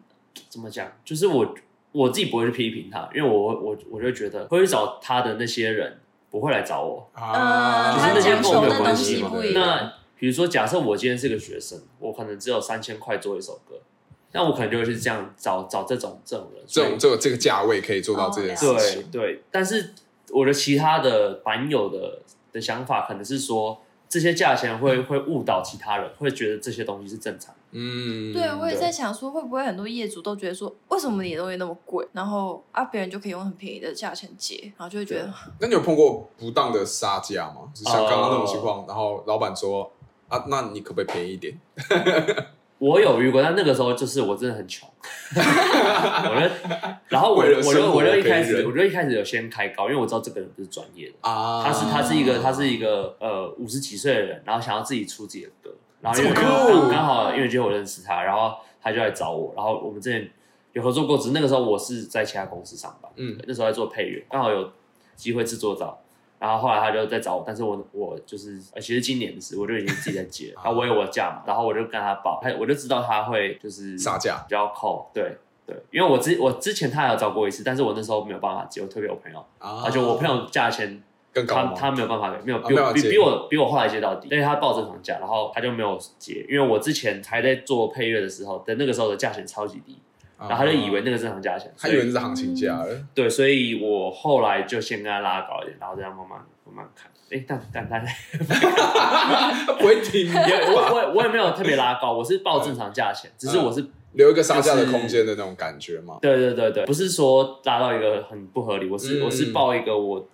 Speaker 3: 怎么讲，就是我我自己不会去批评他，因为我我我就会觉得会去找他的那些人不会来找我，
Speaker 2: 啊，
Speaker 1: 呃
Speaker 3: 就是那些
Speaker 2: 跟我们
Speaker 3: 讲求的
Speaker 2: 有关
Speaker 3: 东西
Speaker 2: 嘛
Speaker 1: 不
Speaker 2: 对
Speaker 1: 一样
Speaker 3: 那比如说，假设我今天是个学生，我可能只有三千块做一首歌，那我可能就会去这样找找这种这种人，
Speaker 2: 这
Speaker 3: 所以
Speaker 2: 种这个这个价位可以做到这件事
Speaker 1: 哦了
Speaker 2: 情
Speaker 3: 对。对，但是我的其他的版友的的想法可能是说，这些价钱会会误导其他人，会觉得这些东西是正常的。
Speaker 2: 嗯，
Speaker 1: 对，我也在想说，会不会很多业主都觉得说，为什么你的东西那么贵，然后啊别人就可以用很便宜的价钱接，然后就会觉得
Speaker 2: 那你有碰过不当的杀价吗？就是像刚刚那种情况，然后老板说啊，那你可不可以便宜一点？
Speaker 3: 我有遇过，但那个时候就是我真的很穷， 我就，然后我
Speaker 2: 为了
Speaker 3: 我
Speaker 2: 生
Speaker 3: 就
Speaker 2: 活
Speaker 3: 我就一
Speaker 2: 可以
Speaker 3: 开始
Speaker 2: 忍
Speaker 3: 我就一开始有先开高，因为我知道这个人不是专业的，
Speaker 2: 啊
Speaker 3: 他是他是一个他是一个呃五十几岁的人，然后想要自己出自己的歌，然后因为
Speaker 2: 这么酷
Speaker 3: 刚刚好因为就我认识他，然后他就来找我，然后我们之前有合作过，只是那个时候我是在其他公司上班，
Speaker 2: 嗯
Speaker 3: 那时候在做配乐，刚好有机会制作到。然后后来他就在找我，但是我我就是呃，其实今年的事，我就已经自己在接 了，然后我有我的价嘛，然后我就跟他报，他我就知道他会就是
Speaker 2: 杀价
Speaker 3: 比较扣，对对，因为我之我之前他有找过一次，但是我那时候没有办法接，我推给我朋友，
Speaker 2: 啊
Speaker 3: 而且我朋友价钱
Speaker 2: 更高
Speaker 3: 他
Speaker 2: 吗？
Speaker 3: 他没有办法给，没有
Speaker 2: 啊
Speaker 3: 比
Speaker 2: 没有
Speaker 3: 我比
Speaker 2: 接
Speaker 3: 比我比我后来接到底，因为他报正常价，然后他就没有接，因为我之前还在做配乐的时候，的那个时候的价钱超级低，
Speaker 2: 啊
Speaker 3: 然后他就以为那个正常价钱，
Speaker 2: 他
Speaker 3: 所以
Speaker 2: 以为那是行情价了。
Speaker 3: 对，所以我后来就先跟他拉高一点，然后这样慢慢慢慢看，哎，但但 但
Speaker 2: 他不会停，
Speaker 3: 也我我也我也没有特别拉高，我是报正常价钱，只
Speaker 2: 嗯
Speaker 3: 是我是
Speaker 2: 留一个杀价的空间的那种感觉嘛。
Speaker 3: 对对对对，不是说拉到一个很不合理，我是、
Speaker 2: 嗯
Speaker 3: 我是报一个我，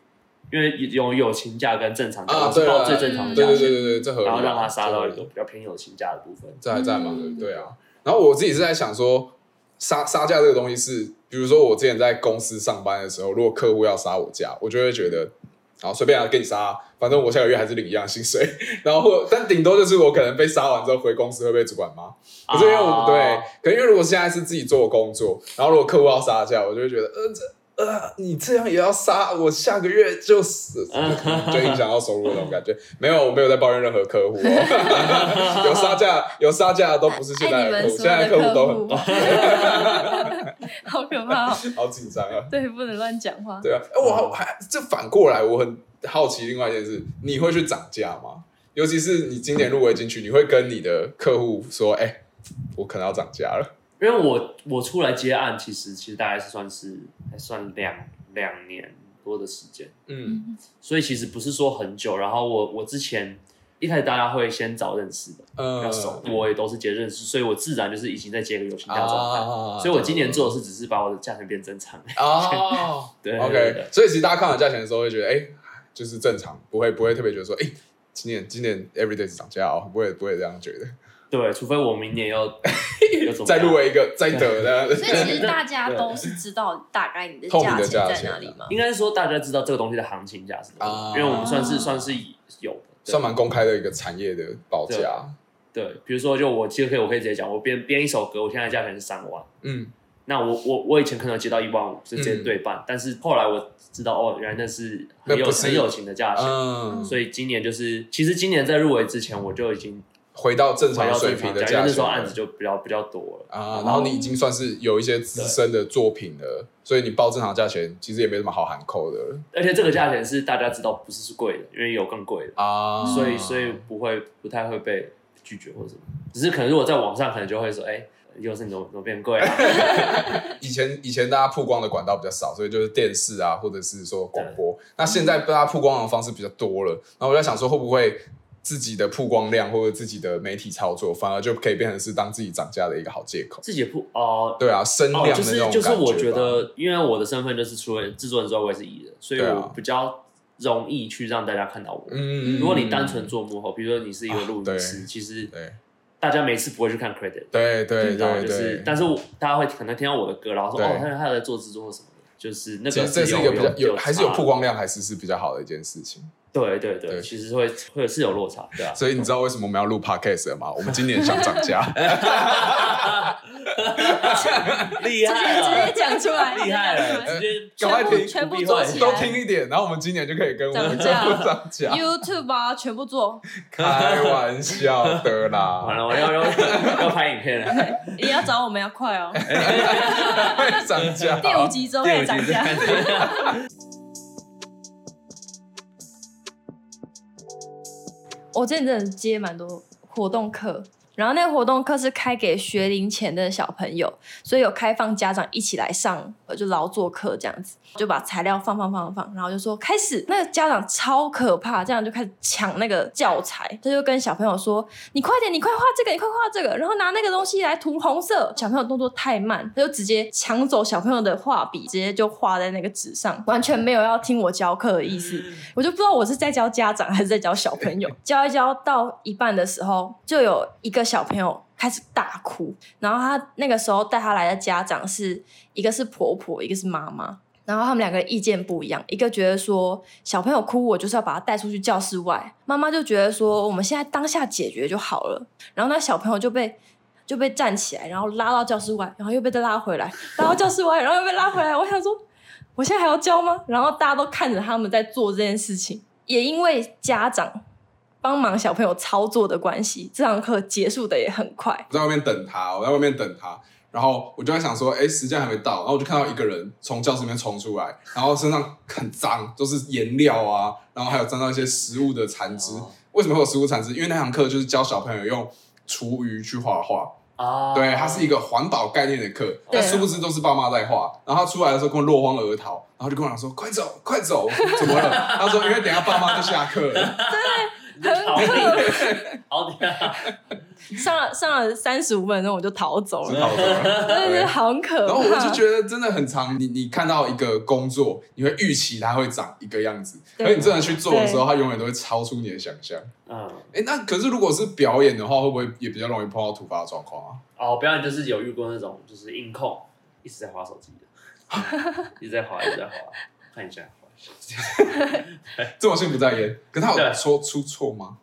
Speaker 3: 因为有友情价跟正常价，
Speaker 2: 啊
Speaker 3: 我是
Speaker 2: 对啊
Speaker 3: 报最正常的
Speaker 2: 对
Speaker 3: 价
Speaker 2: 对对对
Speaker 3: 钱，
Speaker 2: 对，这合理啊。
Speaker 3: 然后让他杀到一
Speaker 2: 这合
Speaker 3: 个
Speaker 2: 理
Speaker 3: 比较偏友情价的部分。
Speaker 2: 这还在嘛？
Speaker 1: 嗯
Speaker 2: 对啊。然后我自己是在想说，杀杀价这个东西是，比如说我之前在公司上班的时候，如果客户要杀我价，我就会觉得，好随便啊，给你杀啊，反正我下个月还是领一样薪水。 然后，但顶多就是我可能被杀完之后回公司会被主管骂。可是因为我、
Speaker 1: 哦
Speaker 3: 啊
Speaker 2: 对，可是因为如果现在是自己做工作，然后如果客户要杀价，我就会觉得，呃，这呃，你这样也要杀我，下个月就死， 就影响到收入的那种感觉。没有，我没有在抱怨任何客户、哦， 有杀价有杀价的都不是现
Speaker 1: 爱
Speaker 2: 在
Speaker 1: 哎你们
Speaker 2: 的客户，
Speaker 1: 所
Speaker 2: 现在
Speaker 1: 有
Speaker 2: 的
Speaker 1: 的
Speaker 2: 户都
Speaker 1: 客户，
Speaker 2: 很
Speaker 1: 好可怕哦！
Speaker 2: 好紧张啊。
Speaker 1: 对，不能乱讲话。
Speaker 2: 对啊，哎、我
Speaker 1: 嗯
Speaker 2: 好还这反过来，我很好奇另外一件事，你会去涨价吗？尤其是你今年入围金曲，你会跟你的客户说，哎、我可能要涨价了。
Speaker 3: 因为我我出来接案，其实其实大概是算是还算两两年多的时间，
Speaker 2: 嗯
Speaker 1: 嗯，
Speaker 3: 所以其实不是说很久。然后我我之前一开始大家会先找认识的，比较
Speaker 2: 呃，
Speaker 3: 熟，我也都是接认识，所以我自然就是已经在接一个友情价状态。
Speaker 2: 啊
Speaker 3: 所以我今年做的是只是把我的价钱变 正常。
Speaker 2: 哦
Speaker 3: 对对
Speaker 2: ，OK，
Speaker 3: 对
Speaker 2: 所以其实大家看完价钱的时候会觉得，哎、就是正常，不会不会特别觉得说，哎、今年今年 everyday 是涨价哦，不会不会这样觉得，
Speaker 3: 对，除非我明 年又又怎么样
Speaker 2: 再入围一个再得 的，
Speaker 1: 所以其实大家都是知道大概你的
Speaker 2: 透明
Speaker 1: 价
Speaker 2: 的价
Speaker 1: 钱在
Speaker 2: 钱
Speaker 1: 哪里吗？
Speaker 3: 应该是说大家知道这个东西的行情价是什么
Speaker 2: 啊，
Speaker 3: 因为我们算是算是有的。对
Speaker 2: 算蛮公开的一个产业的报价，
Speaker 3: 对，比如说就我其实可以我可以直接讲，我编编一首歌，我现在价钱是三万。
Speaker 2: 嗯，
Speaker 3: 那我我我以前可能有接到一万五，是直接
Speaker 2: 嗯
Speaker 3: 对半，但是后来我知道哦，原来那是
Speaker 2: 那
Speaker 3: 很有
Speaker 2: 不是
Speaker 3: 很友情的价钱，
Speaker 2: 嗯，
Speaker 3: 所以今年就是其实今年在入围之前我就已经
Speaker 2: 回到正
Speaker 3: 回
Speaker 2: 常
Speaker 3: 到
Speaker 2: 水
Speaker 3: 正
Speaker 2: 平
Speaker 3: 常
Speaker 2: 的
Speaker 3: 价，因
Speaker 2: 价
Speaker 3: 为
Speaker 2: 钱，
Speaker 3: 那时候案子就比较比较多了。
Speaker 2: 啊，然后你已经算是有一些资深的作品了，所以你报正常价钱其实也没什么好含扣的了
Speaker 3: 而且这个价钱是大家知道不是是贵的，因为有更贵的，
Speaker 2: 啊，
Speaker 3: 所以所以不会不太会被拒绝或什么，只是可能如果在网上可能就会说，哎、又是你怎么怎么变贵了、啊
Speaker 2: 以前以前大家曝光的管道比较少，所以就是电视啊，或者是说广播。那现在大家曝光的方式比较多了，然后我在想说，会不会自己的曝光量或者自己的媒体操作，反而就可以变成是当自己涨价的一个好借口？
Speaker 3: 自己不哦。
Speaker 2: 对啊，声量
Speaker 3: 哦，
Speaker 2: 的
Speaker 3: 就
Speaker 2: 那
Speaker 3: 是
Speaker 2: 种感
Speaker 3: 就是，
Speaker 2: 吧
Speaker 3: 我觉得，因为我的身份就是除了制作人之外，我也是艺人，所以
Speaker 2: 对啊
Speaker 3: 我比较容易去让大家看到我。
Speaker 2: 嗯
Speaker 3: 如果你单纯做幕后，比如说你是一个录
Speaker 2: 啊对
Speaker 3: 音师，其实
Speaker 2: 对
Speaker 3: 大家每次不会去看 credit，
Speaker 2: 对
Speaker 3: 你
Speaker 2: 对
Speaker 3: 知道吗
Speaker 2: 对
Speaker 3: 就是，
Speaker 2: 对，
Speaker 3: 但是我大家会可能听到我的歌，然后说
Speaker 2: 对
Speaker 3: 哦，他他有在做制作或什么的，就是那
Speaker 2: 其
Speaker 3: 个
Speaker 2: 实这是一个比较
Speaker 3: 有
Speaker 2: 有还是有
Speaker 3: 差
Speaker 2: 曝光量，还是是比较好的一件事情。
Speaker 3: 对对对，
Speaker 2: 对
Speaker 3: 其实会会是有落差，对啊。
Speaker 2: 所以你知道为什么我们要录 podcast 了吗？我们今年想涨 价。
Speaker 3: 厉啊
Speaker 1: 直接直接讲出来，
Speaker 3: 厉害了，
Speaker 1: 直
Speaker 3: 直
Speaker 1: 接
Speaker 3: 接
Speaker 2: 呃赶快停
Speaker 1: 全部
Speaker 3: 不避
Speaker 1: 做
Speaker 3: 讳
Speaker 1: 起
Speaker 2: 都
Speaker 1: 来
Speaker 2: 听一点，然后我们今年就可以跟我们
Speaker 1: 涨价
Speaker 2: 客户 涨价。
Speaker 1: ，YouTube 啊，全部做，
Speaker 2: 开啊玩笑的
Speaker 3: 完
Speaker 2: 啦，
Speaker 3: 了，我要要要拍影片了，
Speaker 1: 也要找我们要快哦，
Speaker 2: 会涨价。
Speaker 1: 第五集之后
Speaker 3: 哎啊第
Speaker 1: 再
Speaker 3: 五集
Speaker 1: 涨价。我之前真的接蛮多活动课，然后那个活动课是开给学龄前的小朋友，所以有开放家长一起来上，呃，就劳作课这样子，就把材料放放放放，然后就说开始。那个家长超可怕，这样就开始抢那个教材，他就跟小朋友说：“你快点，你快画这个，你快画这个，然后拿那个东西来涂红色。”小朋友动作太慢，他就直接抢走小朋友的画笔，直接就画在那个纸上，完全没有要听我教课的意思。我就不知道我是在教家长还是在教小朋友。教一教到一半的时候，就有一个小朋友开始大哭，然后他那个时候带他来的家长是一个是婆婆，一个是妈妈。然后他们两个意见不一样，一个觉得说小朋友哭，我就是要把他带出去教室外；妈妈就觉得说我们现在当下解决就好了。然后那小朋友就被就被站起来，然后拉到教室外，然后又被再拉回来，拉到教室外，然后又被拉回来。我想说，我现在还要教吗？然后大家都看着他们在做这件事情，也因为家长帮忙小朋友操作的关系，这堂课结束的也很快。
Speaker 2: 我在外面等他，我在外面等他，然后我就在想说，哎，时间还没到，然后我就看到一个人从教室里面冲出来，然后身上很脏，都是颜料啊，然后还有沾到一些食物的 残汁。
Speaker 3: 哦
Speaker 2: 为什么会有食物残汁？因为那堂课就是教小朋友用厨余去画画，
Speaker 3: 啊，
Speaker 2: 对，它是一个环保概念的课，
Speaker 1: 对
Speaker 2: 但
Speaker 1: 啊
Speaker 2: 殊不知都是爸妈在画。然后他出来的时候跟我落荒而逃，然后就跟我讲说：“快走，快走，怎么了？”他说：“因为等一下爸妈就下课了。
Speaker 1: 很
Speaker 3: 好
Speaker 1: 可
Speaker 3: 好屌，
Speaker 1: 上了上了三十五分钟，我就逃走”
Speaker 2: 真
Speaker 1: 了，
Speaker 2: 好走了。
Speaker 1: 真的是
Speaker 2: 对
Speaker 1: 很可怕。
Speaker 2: 然后我就觉得真的很长，你你看到一个工作，你会预期它会长一个样子，
Speaker 1: 对
Speaker 2: 可是你真的去做的时候，它永远都会超出你的想象。
Speaker 3: 嗯，
Speaker 2: 哎，那可是如果是表演的话，会不会也比较容易碰到突发状况啊？
Speaker 3: 哦，表演就是有遇过那种就是音控一直在划手机的，一直在划，一直在划，看一下，划一下
Speaker 2: 这种心不在焉，可是他有
Speaker 3: 对
Speaker 2: 说出错吗？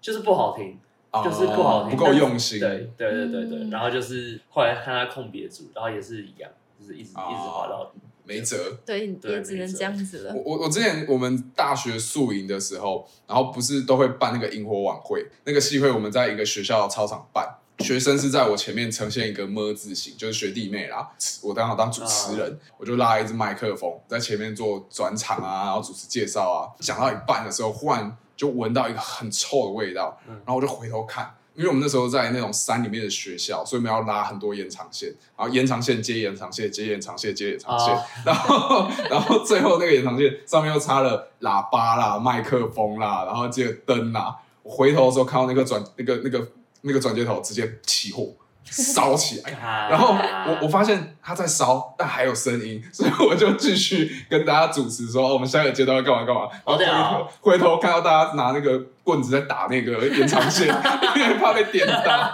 Speaker 3: 就是不好听，
Speaker 2: 啊
Speaker 3: 就是不好听，
Speaker 2: 不够
Speaker 3: 但是
Speaker 2: 用心。
Speaker 3: 对对对对对，
Speaker 1: 嗯
Speaker 3: 然后就是后来看他控别组，然后也是一样，就是一直一直
Speaker 2: 哦
Speaker 3: 滑到
Speaker 2: 没辙。
Speaker 1: 对，
Speaker 3: 对
Speaker 1: 也只能这样子了
Speaker 2: 我。我我之前我们大学宿营的时候，然后不是都会办那个萤火晚会，那个系会我们在一个学校操场办，学生是在我前面呈现一个么字形，就是学弟妹啦，我刚好当主持人，我就拉一支麦克风在前面做转场啊，然后主持介绍啊，讲到一半的时候，忽然就闻到一个很臭的味道，
Speaker 3: 嗯
Speaker 2: 然后我就回头看。因为我们那时候在那种山里面的学校，所以我们要拉很多延长线，然后延长线接延长线接延长线接延长线
Speaker 3: 哦，
Speaker 2: 然后然后最后那个延长线上面又插了喇叭啦、麦克风啦，然后接着灯啦。我回头的时候看到那个转那个那个那个转接头直接起火，烧起来。
Speaker 3: 然
Speaker 2: 然后我我发现它在烧，但还有声音，所以我就继续跟大家主持说，哦我们下一个阶段要干嘛干嘛。
Speaker 3: 好
Speaker 2: 然后回头回头看到大家拿那个棍子在打那 个延长线，因为怕被点到，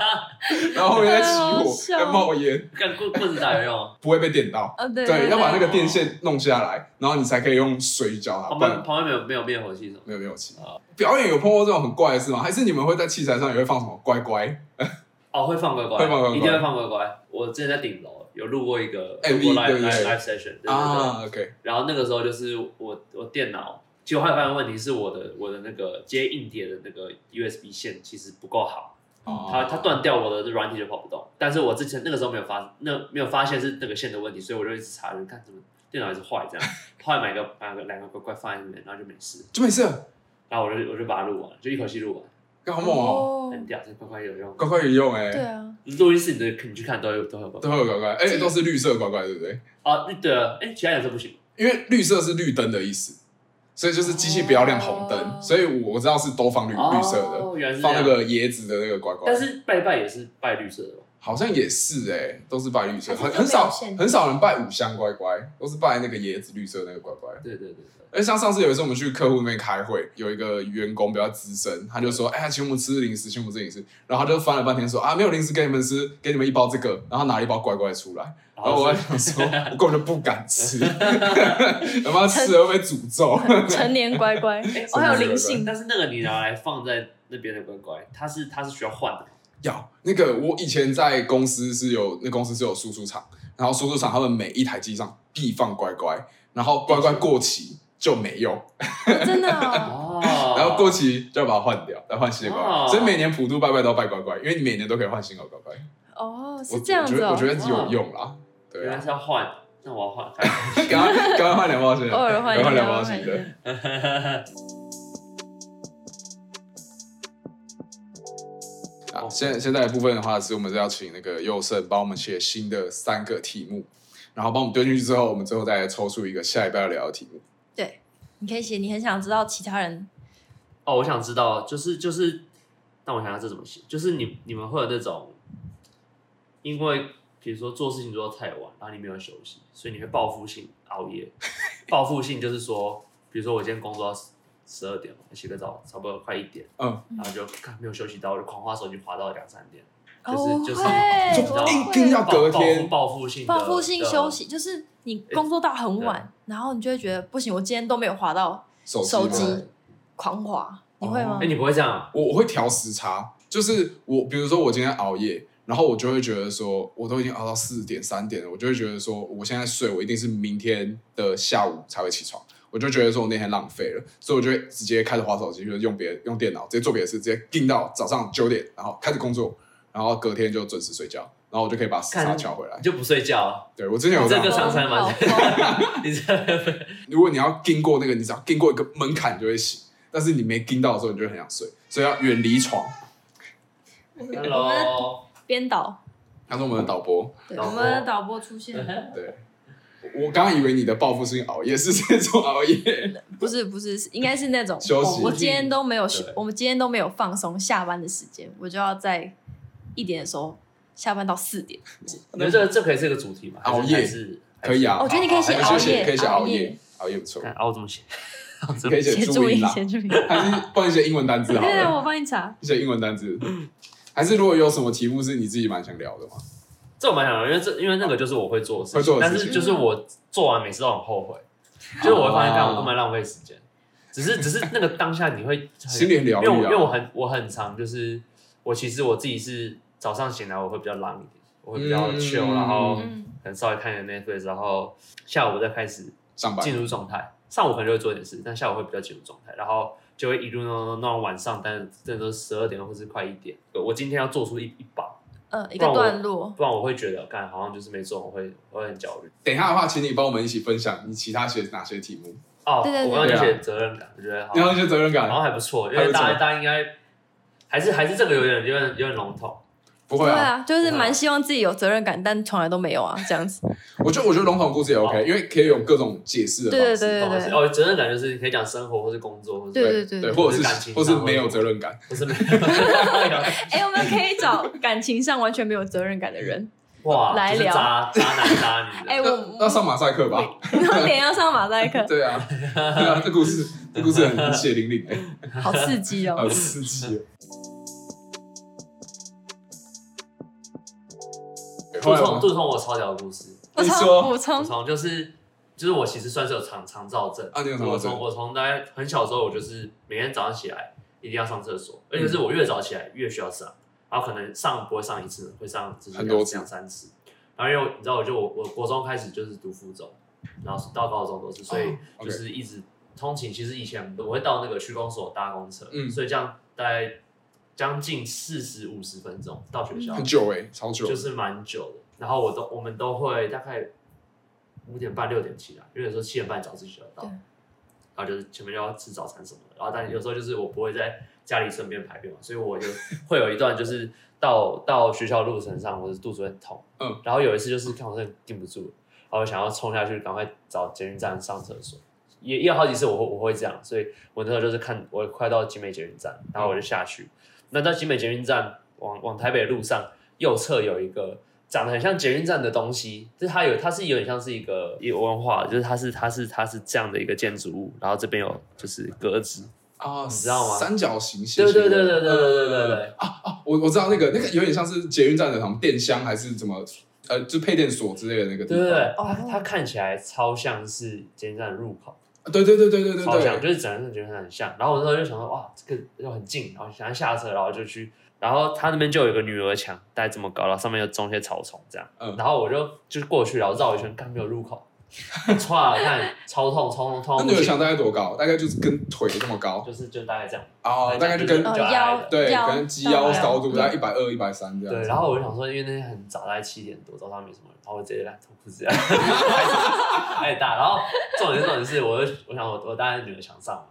Speaker 2: 然后后面在起
Speaker 1: 太好
Speaker 2: 火，
Speaker 1: 笑
Speaker 2: 在冒烟，
Speaker 3: 干棍棍子打有用，
Speaker 2: 不会被点到。
Speaker 1: 呃，对
Speaker 2: 对，
Speaker 1: 对，
Speaker 2: 要把那
Speaker 1: 对
Speaker 2: 个电线弄下来，然后你才可以用水浇它，不
Speaker 3: 旁边
Speaker 2: 然
Speaker 3: 旁边没有没有灭火器什么，
Speaker 2: 没有没有气
Speaker 3: 哦。
Speaker 2: 表演有碰过这种很怪的事吗？还是你们会在器材上也会放什么乖乖
Speaker 3: 哦会放乖乖，
Speaker 2: 会放乖乖
Speaker 3: 一定会放乖乖。我之前在顶楼有录过一个
Speaker 2: MV
Speaker 3: 录过 live
Speaker 2: 对不对
Speaker 3: live live session，对对对，
Speaker 2: 啊？OK，
Speaker 3: 然后那个时候就是我我电脑，其实我还有发现问题是我的我的那个接硬碟的那个 USB 线其实不够好，
Speaker 2: 哦
Speaker 3: 它它断掉，我的软体就跑不动。但是我之前那个时候没有发那没有发现是那个线的问题，所以我就一直查，就看怎么电脑一直坏这样，后来买个买个两个乖乖放在那边，然后就没事。
Speaker 2: 就没事了，
Speaker 3: 然后我就我就把它录完，就一口气录
Speaker 2: 干好猛哦，
Speaker 3: 完，很屌，这乖乖有用。
Speaker 2: 乖乖也用
Speaker 1: 对
Speaker 2: 哎，
Speaker 1: 啊，
Speaker 3: 录音室你的你去看都有都会有乖
Speaker 2: 都
Speaker 3: 乖。
Speaker 2: 会有乖乖，而且都是绿色乖乖，对不对？
Speaker 3: 哦，对了，哎，其他颜色不行。
Speaker 2: 因为绿色是绿灯的意思，所以就是机器不要亮红灯，
Speaker 1: 哦
Speaker 2: 所以我知道是都放绿绿色的，
Speaker 3: 哦，原来是这
Speaker 2: 放
Speaker 3: 样
Speaker 2: 那。个椰子的那个乖乖，
Speaker 3: 但是拜拜也是拜绿色的吧。
Speaker 2: 好像也是哎、都是拜绿色，
Speaker 1: 还
Speaker 2: 很
Speaker 1: 是
Speaker 2: 很少
Speaker 1: 都没有限定
Speaker 2: 很少人拜五香乖乖，都是拜那个椰子绿色那个乖乖。
Speaker 3: 对对对对。
Speaker 2: 而像上次有一次我们去客户那边开会，有一个员工比较资深，他就说：“哎、请我们吃零食，请我们吃零食。”然后他就翻了半天说：“啊，没有零食给你们吃，给你们一包这个。”然后拿了一包乖乖出来，然后我还想说，我根本就不敢 吃，他妈吃了会被诅咒。
Speaker 1: 成年乖 乖，
Speaker 2: 哎
Speaker 1: 我啊哦还有灵性，
Speaker 3: 但是那个你拿来放在那边的乖乖，它是它是需要换的。
Speaker 2: 要那个，我以前在公司是有，那公司是有输出厂，然后输出厂他们每一台机上必放乖乖，然后乖乖过期就没用，
Speaker 1: 真的 哦。
Speaker 3: 哦，
Speaker 2: 然后过期就要把它换掉，再换新的乖乖。
Speaker 3: 哦
Speaker 2: 所以每年普渡拜拜都要拜乖乖，因为你每年都可以换新的乖乖。
Speaker 1: 哦，
Speaker 2: 我
Speaker 1: 是这样
Speaker 2: 我
Speaker 1: 子
Speaker 2: 觉得
Speaker 1: 哦
Speaker 2: 我。觉得有用啦，对
Speaker 3: 原来
Speaker 2: 啊，
Speaker 3: 是要换，那我要换。
Speaker 2: 刚刚刚刚换两包新的，
Speaker 1: 偶尔换一
Speaker 2: 刚
Speaker 1: 下，偶
Speaker 2: 刚两
Speaker 1: 尔
Speaker 2: 包
Speaker 1: 换
Speaker 2: 新
Speaker 1: 一
Speaker 2: 的。
Speaker 1: 下。
Speaker 2: 啊，现在现在的部分的话，是我们是要请那个佑胜帮我们写新的三个题目，然后帮我们丢进去之后，我们最后再抽出一个下一步要聊的题目。
Speaker 1: 对，你可以写你很想知道其他人
Speaker 3: 哦，我想知道，就是就是，但我想想这怎么写，就是你你们会有那种，因为比如说做事情做到太晚，然后你没有休息，所以你会报复性 熬夜。报复性就是说，比如说我今天工作到十二点嘛，洗个澡差不多快一点，
Speaker 2: 嗯，
Speaker 3: 然后就看没有休息到，我就狂花手机滑到两三点，
Speaker 1: 哦
Speaker 3: 就是、
Speaker 1: 我
Speaker 3: 就是
Speaker 1: 会
Speaker 3: 你
Speaker 2: 就
Speaker 3: 知道
Speaker 1: 我
Speaker 3: 吗
Speaker 2: 一定要
Speaker 3: 报
Speaker 2: 隔天
Speaker 3: 报复报复性的啊
Speaker 1: 报复性
Speaker 3: 的
Speaker 1: 休息，就是你工作到很晚，然后你就会觉得不行，我今天都没有滑到
Speaker 2: 手机
Speaker 1: 手
Speaker 2: 吗
Speaker 1: 机，狂滑，你会吗
Speaker 3: 哎、？你不会这样啊？
Speaker 2: 我我会调时差，就是我比如说我今天熬夜，然后我就会觉得说，我都已经熬到四点三点了，我就会觉得说，我现在睡，我一定是明天的下午才会起床。我就觉得说我那天浪费了，所以我就会直接开始划手机，就是用别用电脑直接做别的事，直接定到早上九点，然后开始工作，然后隔天就准时睡觉，然后我就可以把时差
Speaker 3: 看
Speaker 2: 调回来
Speaker 3: 你。就不睡觉啊？
Speaker 2: 对我之前有这
Speaker 3: 这
Speaker 2: 样
Speaker 3: 个
Speaker 1: 是
Speaker 3: 常常
Speaker 1: 好
Speaker 3: 蛮
Speaker 1: 疯，
Speaker 3: 你这
Speaker 2: 如果你要经过那个，你只要经过一个门槛你就会醒，但是你没经到的时候，你就会很想睡，所以要远离床。
Speaker 3: Hello，
Speaker 1: 编导，
Speaker 2: 他是我们的导播，
Speaker 1: 对，
Speaker 3: 导
Speaker 1: 我
Speaker 3: 播
Speaker 1: 们的导播出现了，
Speaker 2: 对，我刚刚以为你的报复性熬夜是这种熬夜，
Speaker 1: 不是不是，是应该是那种
Speaker 2: 休
Speaker 1: 哦
Speaker 2: 息
Speaker 1: 我今天都没有休
Speaker 3: 对，
Speaker 1: 我们今天都没有放松，下班的时间我就要在一点的时候下班到四点。
Speaker 3: 你们这个这可以是一个主题吗？还是
Speaker 2: 熬夜
Speaker 3: 还是
Speaker 2: 可以啊。
Speaker 1: 哦我觉得你可以写
Speaker 2: 还是
Speaker 1: 熬
Speaker 2: 写
Speaker 1: 夜
Speaker 2: 可以写
Speaker 1: 熬
Speaker 2: 熬夜
Speaker 1: 夜，
Speaker 2: 熬夜不错
Speaker 3: 看，熬怎么写？
Speaker 2: 你 可以写注
Speaker 1: 注
Speaker 2: 音
Speaker 1: 意，
Speaker 2: 啦，
Speaker 1: 先 注意。
Speaker 2: 还是帮你写英文单字好
Speaker 1: 对，啊
Speaker 2: 了，
Speaker 1: 我帮你查。
Speaker 2: 写英文单字。还是如果有什么题目是你自己蛮想聊的吗？
Speaker 3: 这我蛮想的，因为这因为那个就是我会做的事
Speaker 2: 会做
Speaker 3: 情，
Speaker 2: 的
Speaker 3: 但
Speaker 2: 事
Speaker 3: 是
Speaker 2: 情
Speaker 3: 就是我做完每次都很后悔，就是我会发现，
Speaker 2: 哦
Speaker 3: 干我根本浪费时间。只是只是那个当下你会很
Speaker 2: 心理疗愈啊
Speaker 3: 因为我因为我很我很常就是我其实我自己是早上醒来我会比较浪一点，我会比较
Speaker 2: 嗯
Speaker 3: chill，、然后可
Speaker 1: 嗯，
Speaker 3: 能稍微看一点 Netflix，然后下午再开始
Speaker 2: 上班
Speaker 3: 进入状态。上午可能就会做点事，但下午会比较进入状态，然后就会一路弄弄弄弄到晚上，但是真的都十二点或是快一点。我今天要做出一一把，
Speaker 1: 呃，一个段落。
Speaker 3: 不然我会觉得，干好像就是没做，我会我会很焦虑。
Speaker 2: 等一下的话，请你帮我们一起分享你其他写哪些题目，
Speaker 3: 哦，
Speaker 1: 对对对
Speaker 3: 我刚刚就写责任感，我觉得好，
Speaker 2: 然后一些责任
Speaker 3: 好像
Speaker 2: 感。
Speaker 3: 还不错，因
Speaker 2: 还
Speaker 3: 为
Speaker 2: 不错
Speaker 3: 大家大家应该还是还是这个有点有点有点笼统。
Speaker 2: 不会
Speaker 1: 对
Speaker 2: 啊，
Speaker 1: 啊，就是蛮希望自己有责任感，但从来都没有啊，这样 子。
Speaker 2: 我觉得我觉得笼统故事也
Speaker 3: 好
Speaker 2: OK，因为可以有各种解释的
Speaker 1: 对
Speaker 2: 方
Speaker 1: 对
Speaker 2: 式，
Speaker 1: 对
Speaker 3: 懂
Speaker 1: 对
Speaker 3: 吗是
Speaker 1: 对，
Speaker 3: 哦，责任感就是可以讲生活或是工作，或是
Speaker 1: 对对
Speaker 2: 对，
Speaker 1: 对
Speaker 2: 或者
Speaker 3: 或者是感情
Speaker 2: 是或是
Speaker 3: 上
Speaker 2: 没有责任感，
Speaker 3: 或是没
Speaker 1: 哎，我们可以找感情上完全没有责任感的 人。
Speaker 3: 哇，
Speaker 1: 来
Speaker 3: 就是
Speaker 1: 聊
Speaker 3: 渣渣男渣女的。
Speaker 1: 哎，
Speaker 2: 要
Speaker 1: 我
Speaker 2: 要上马赛克吧？
Speaker 1: 然后脸要上马赛克，
Speaker 2: 对啊， 对啊，这故事这故事很血淋淋、欸，
Speaker 1: 好刺激哦
Speaker 2: 很！刺激、哦。
Speaker 3: 杜
Speaker 2: 后来我
Speaker 3: 聪，
Speaker 2: 们
Speaker 3: 杜聪，我超屌的故事。
Speaker 1: 补
Speaker 2: 你说
Speaker 1: 充补
Speaker 3: 我
Speaker 1: 充，
Speaker 3: 从就是就是我其实算是有肠肠燥症
Speaker 2: 啊你有肠
Speaker 3: 我
Speaker 2: 燥症
Speaker 3: 从我从大概很小的时候，我就是每天早上起来一定要上厕所，而且
Speaker 2: 嗯
Speaker 3: 是我越早起来越需要上，然后可能上不会上一次，会上就是
Speaker 2: 很多
Speaker 3: 两
Speaker 2: 次
Speaker 3: 两三次。然后因为你知道，我就我我国中开始就是读附中，然后到高中都是，所以
Speaker 2: 哦，OK
Speaker 3: 就是一直通勤。其实以前我会到那个区公所搭公车，
Speaker 2: 嗯
Speaker 3: 所以这样大概将近四十五十分钟到学校，
Speaker 2: 很久哎、超久，
Speaker 3: 就是蛮久的。然后我都我们都会大概五点半六点起来，因为有时候七点半早自习就要到
Speaker 1: 对，
Speaker 3: 然后就是前面就要吃早餐什么的。然后但有时候就是我不会在家里顺便排便嘛，所以我 就会有一段就是到到学校路程上，我的肚子会很痛。
Speaker 2: 嗯，
Speaker 3: 然后有一次就是看我真的顶不住了，然后我想要冲下去赶快找捷运站上厕所。也也有好几次我会我会这样，所以我那时候就是看我快到集美捷运站，然后我就下去。那到集美捷运站往往台北的路上，右侧有一个长得很像捷运站的东西，就是它有它是有点像是一个有文化，就是它是它是它是这样的一个建筑物，然后这边有就是格子，
Speaker 2: 啊，
Speaker 3: 你知道吗
Speaker 2: 三角形斜
Speaker 3: 对
Speaker 2: 形
Speaker 3: 对
Speaker 2: 的，
Speaker 3: 对对对对对对对。
Speaker 2: 啊啊！我我知道那个那个有点像是捷运站的什么电箱还是怎么呃，就配电所之类的那个地
Speaker 3: 对
Speaker 2: 方
Speaker 3: 对对，它
Speaker 1: 哦
Speaker 3: 它看起来超像是捷运站的入口，
Speaker 2: 啊对对对对对对
Speaker 3: 超像，
Speaker 2: 对，
Speaker 3: 就是整个捷运站很像。然后我那时候就想说，哇，这个又很近，然后想要下车，然后就去，然后它那边就有一个女儿墙，大概这么高，然后上面又种一些草丛这样。
Speaker 2: 嗯
Speaker 3: 然后我就就是过去，然后绕一圈，刚没有入口， 唰，看超痛，超痛，
Speaker 2: 那
Speaker 3: 超痛
Speaker 2: 女
Speaker 3: 不
Speaker 2: 儿
Speaker 3: 行。
Speaker 2: 墙大概多高？大概就是跟腿这么高
Speaker 3: 就是就大概这样。
Speaker 2: 哦，大概就跟
Speaker 1: 哦
Speaker 3: 就矮矮的
Speaker 2: 对，
Speaker 1: 腰
Speaker 2: 可能及腰
Speaker 1: 到腰
Speaker 2: 高度大概一百二、一百三这样
Speaker 3: 对，
Speaker 2: 子。
Speaker 3: 然后我就想说，因为那天很早，大概七点多，早上没什么人，然后我直接来脱裤子，太大。然后重点是重点是，我就我想我我当然女儿墙上嘛，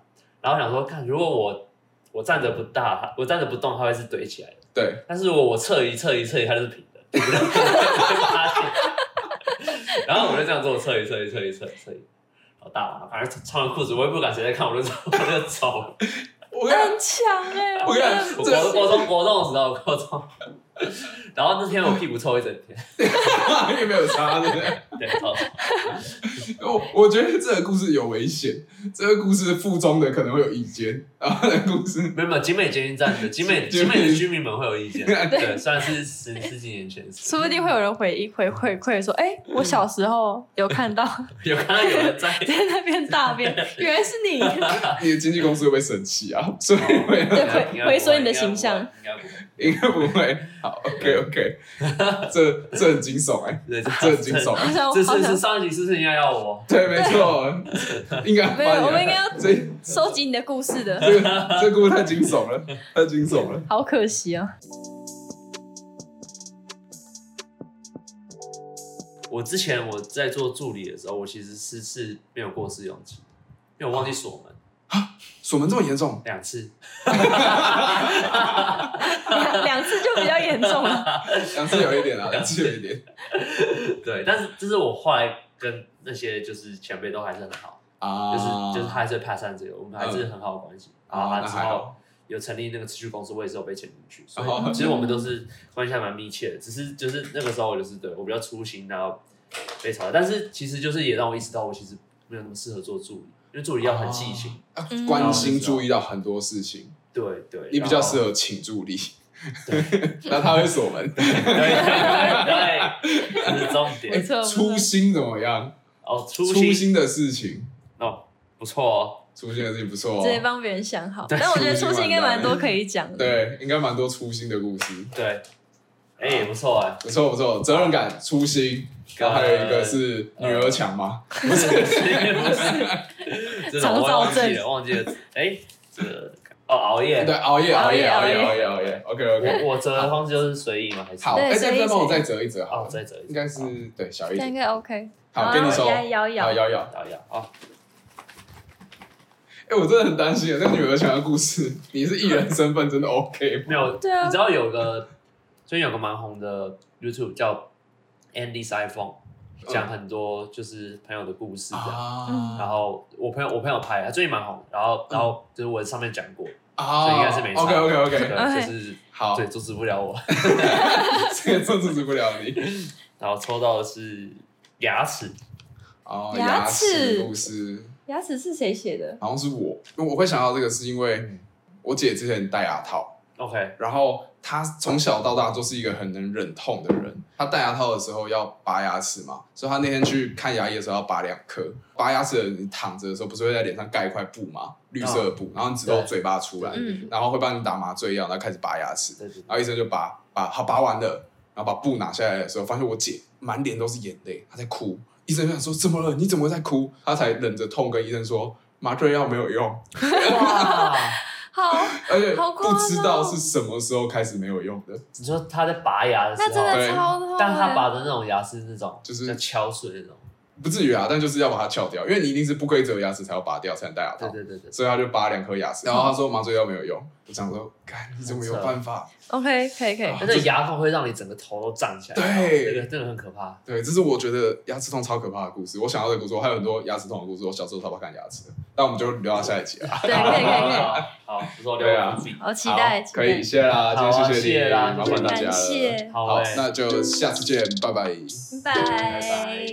Speaker 3: 然后想说，看如果我我站着不大，它我站着不动，它会是堆起来的。
Speaker 2: 对，
Speaker 3: 但是如果我侧移侧移侧移， 它就是平的，对不对发现。 然后我就这样做，侧移侧移侧移侧移侧移，好大啊！反正穿了裤子，我也不敢谁在看，我就走，我就走。
Speaker 2: 我跟你
Speaker 1: 很强哎、
Speaker 2: 我跟你 讲这
Speaker 3: 我国国中国中的时候，国中。 然后那天我屁股臭一整天，
Speaker 2: 讲 也没有差，对不对？
Speaker 3: 对，超臭。
Speaker 2: 我哦我觉得这个故事有危险，这个故事附中的可能会有意见，然后那故事
Speaker 3: 没有没有，景美捷运站的 景美
Speaker 2: 景
Speaker 3: 景
Speaker 2: 美
Speaker 3: 美的居民们会有意见，
Speaker 2: 对
Speaker 3: 对，虽然是十十几年前的事，
Speaker 4: 说不定会有人回忆回回馈说，哎、我小时候有看 到在
Speaker 3: 有看到有人在，
Speaker 4: 那边大便，原来是 你。
Speaker 2: 你的经纪公司会不会生气啊？所以
Speaker 4: 对
Speaker 2: 会
Speaker 3: 应该
Speaker 4: 回
Speaker 3: 不
Speaker 4: 回缩你的
Speaker 3: 应该不
Speaker 4: 形象
Speaker 3: 应该不会，
Speaker 2: 应该不会。好，OK OK，这这很惊悚哎、
Speaker 3: 对，
Speaker 2: 这很惊悚。欸
Speaker 4: 我 想，
Speaker 3: 这
Speaker 4: 哦好
Speaker 3: 是是
Speaker 4: 想
Speaker 3: 上一集是不是应该要我？
Speaker 2: 对，没错，应该
Speaker 4: 没有，我们应该
Speaker 2: 要
Speaker 4: 要
Speaker 2: 这
Speaker 4: 收集你的故事的，
Speaker 2: 这个这个故事太惊悚了，太惊悚了。
Speaker 4: 好可惜
Speaker 1: 哦
Speaker 4: 啊。
Speaker 3: 我之前我在做助理的时候，我其实是是没有过试用期，因为我忘记锁门
Speaker 2: 锁门这么 严重，
Speaker 3: 两次，
Speaker 4: 两两次就比较严重了。
Speaker 2: 两次有一点啊，两次有一点
Speaker 3: 对，但是这是我后来跟那些就是前辈都还是很好，
Speaker 2: 啊，
Speaker 3: 就是就是他还是派上这个，我们还是很好的关系。
Speaker 2: 嗯
Speaker 3: 然后他
Speaker 2: 哦那
Speaker 3: 之
Speaker 2: 还
Speaker 3: 后
Speaker 2: 好
Speaker 3: 有成立那个持续公司，我也是有被请进去，所
Speaker 2: 哦
Speaker 3: 以其实我们都是关系还蛮密切的。只是就是那个时候我就是对我比较粗心，然后被炒，但是其实就是也让我意识到我其实没有那么适合做助理，因为助理要很细心。
Speaker 2: 啊
Speaker 4: 嗯
Speaker 2: 关心注意到很多事情，
Speaker 3: 对对，
Speaker 2: 你比较适
Speaker 3: 合。
Speaker 2: 合请助理。 那他会锁门，
Speaker 3: 对 对对，这是重
Speaker 4: 没
Speaker 3: 点。
Speaker 4: 错，没错
Speaker 2: 粗心怎么样？
Speaker 3: 哦，粗
Speaker 2: 哎粗
Speaker 3: 心
Speaker 2: 心的事情，
Speaker 3: 哦，不错哦。
Speaker 2: 粗心的事情不错
Speaker 4: 直接
Speaker 2: 哦。
Speaker 4: 帮别人想好。
Speaker 3: 对
Speaker 4: 但我觉得初心应该蛮多可以讲的。，
Speaker 2: 对，应该蛮多粗心的故事，
Speaker 3: 对，哎，不错哎。
Speaker 2: 不错不错，责任感、粗心，然后还有一个是女儿强嘛，
Speaker 3: 不是不是，这种我忘记了，忘记了。哎，这个哦，熬夜。
Speaker 2: 对，熬夜
Speaker 4: 熬
Speaker 2: 熬夜
Speaker 4: 夜
Speaker 2: 熬夜
Speaker 4: 熬夜
Speaker 2: 熬夜熬夜，OK OK，
Speaker 3: 我我折的方式就是随意吗？还是
Speaker 2: 好，
Speaker 4: 对
Speaker 2: 哎，
Speaker 4: 所
Speaker 2: 再
Speaker 4: 以
Speaker 2: 再帮我再折一折好
Speaker 3: 哦
Speaker 2: 了，，
Speaker 3: 再折
Speaker 2: 应
Speaker 3: 一折，
Speaker 2: 该是对小
Speaker 4: 这
Speaker 2: 一
Speaker 4: 样
Speaker 2: 点
Speaker 4: 应，该 OK。
Speaker 2: 好，给你收，
Speaker 4: 摇摇摇，
Speaker 2: 好摇摇。
Speaker 3: 摇一摇啊！
Speaker 2: 哎，我真的很担心，那个女儿强的故事， 你是艺人身份真的 OK 吗？
Speaker 3: 没有，
Speaker 4: 对啊
Speaker 3: 你知道有个最近有个蛮红的 YouTube 叫 Andy Siphon，
Speaker 2: 嗯
Speaker 3: 讲很多就是朋友的故事这样。
Speaker 2: 啊
Speaker 4: 嗯
Speaker 3: 然后我朋友我朋友拍的，他最近蛮红的，然
Speaker 2: 嗯
Speaker 3: 后然后就是我上面讲过，
Speaker 2: 啊
Speaker 3: 所以应该是没差
Speaker 2: OK OK
Speaker 3: 对，
Speaker 2: OK，
Speaker 4: OK
Speaker 3: 就是
Speaker 2: 好，
Speaker 3: 对阻止不了我。
Speaker 2: 这个阻止不了你。
Speaker 3: 然后抽到的是牙齿，
Speaker 2: 哦，
Speaker 4: 牙
Speaker 2: 牙
Speaker 4: 齿
Speaker 2: 故事
Speaker 4: 牙齿是谁写的？
Speaker 2: 好像是我，因为我会想到这个是因为
Speaker 3: 嗯
Speaker 2: 我姐之前戴牙套，
Speaker 3: OK，
Speaker 2: 然后她从小到大就是一个很能忍痛的人。她戴牙套的时候要拔牙齿嘛，所以她那天去看牙医的时候要拔两颗。拔牙齿的人你躺着的时候不是会在脸上盖一块布嘛，绿色的布，然后你直到
Speaker 3: 哦对
Speaker 2: 嘴巴出来，
Speaker 4: 嗯
Speaker 2: 然后会帮你打麻醉药，然后开始拔牙齿。
Speaker 3: 对对对，
Speaker 2: 然后医生就拔拔好拔完了，然后把布拿下来的时候，发现我姐满脸都是眼泪，她在哭。医生就想说怎么了？你怎么会在哭？她才忍着痛跟医生说麻醉药没有用，
Speaker 3: 哇！
Speaker 4: 好，
Speaker 2: 而且
Speaker 4: 好夸张
Speaker 2: 不
Speaker 4: 哦
Speaker 2: 知道是什么时候开始没有用的，
Speaker 3: 你说他在拔牙的时
Speaker 4: 那真
Speaker 3: 候，
Speaker 4: 的超痛欸。
Speaker 3: 但他拔的那种牙是那种
Speaker 2: 就是
Speaker 3: 像敲碎那种，
Speaker 2: 不至于啊，但就是要把它撬掉，因为你一定是不规则的牙齿才要拔掉才能戴牙
Speaker 3: 对
Speaker 2: 套，
Speaker 3: 对对对，
Speaker 2: 所以她就拔两颗牙齿。然后她说麻醉药没有用，我想说，干你怎么有
Speaker 3: 哦
Speaker 2: 办法？
Speaker 4: OK，可以可以
Speaker 2: 啊。
Speaker 3: 但是牙缝会让你整个头都胀起来，
Speaker 2: 对
Speaker 3: 那个那个很可怕。
Speaker 2: 对，这是我觉得牙齿痛超可怕的故事。我想到的故事，我还有很多牙齿痛的故事。我小时候超怕看牙齿的，但我们就留到下一集啊。
Speaker 4: 对，可以可以可以。
Speaker 3: 好，好，不错，
Speaker 2: 对
Speaker 3: 留
Speaker 2: 啊
Speaker 3: 我自己。
Speaker 4: 好期待，
Speaker 2: 好
Speaker 4: 期待
Speaker 2: 可以，谢啦，
Speaker 3: 好啊
Speaker 2: 今天谢
Speaker 3: 谢
Speaker 2: 你，
Speaker 3: 啦
Speaker 2: 麻烦大家
Speaker 4: 感
Speaker 2: 了。
Speaker 4: 谢，
Speaker 3: 好哎
Speaker 2: 好
Speaker 3: 欸，
Speaker 2: 那就下次见，拜拜。
Speaker 4: 拜
Speaker 3: 拜拜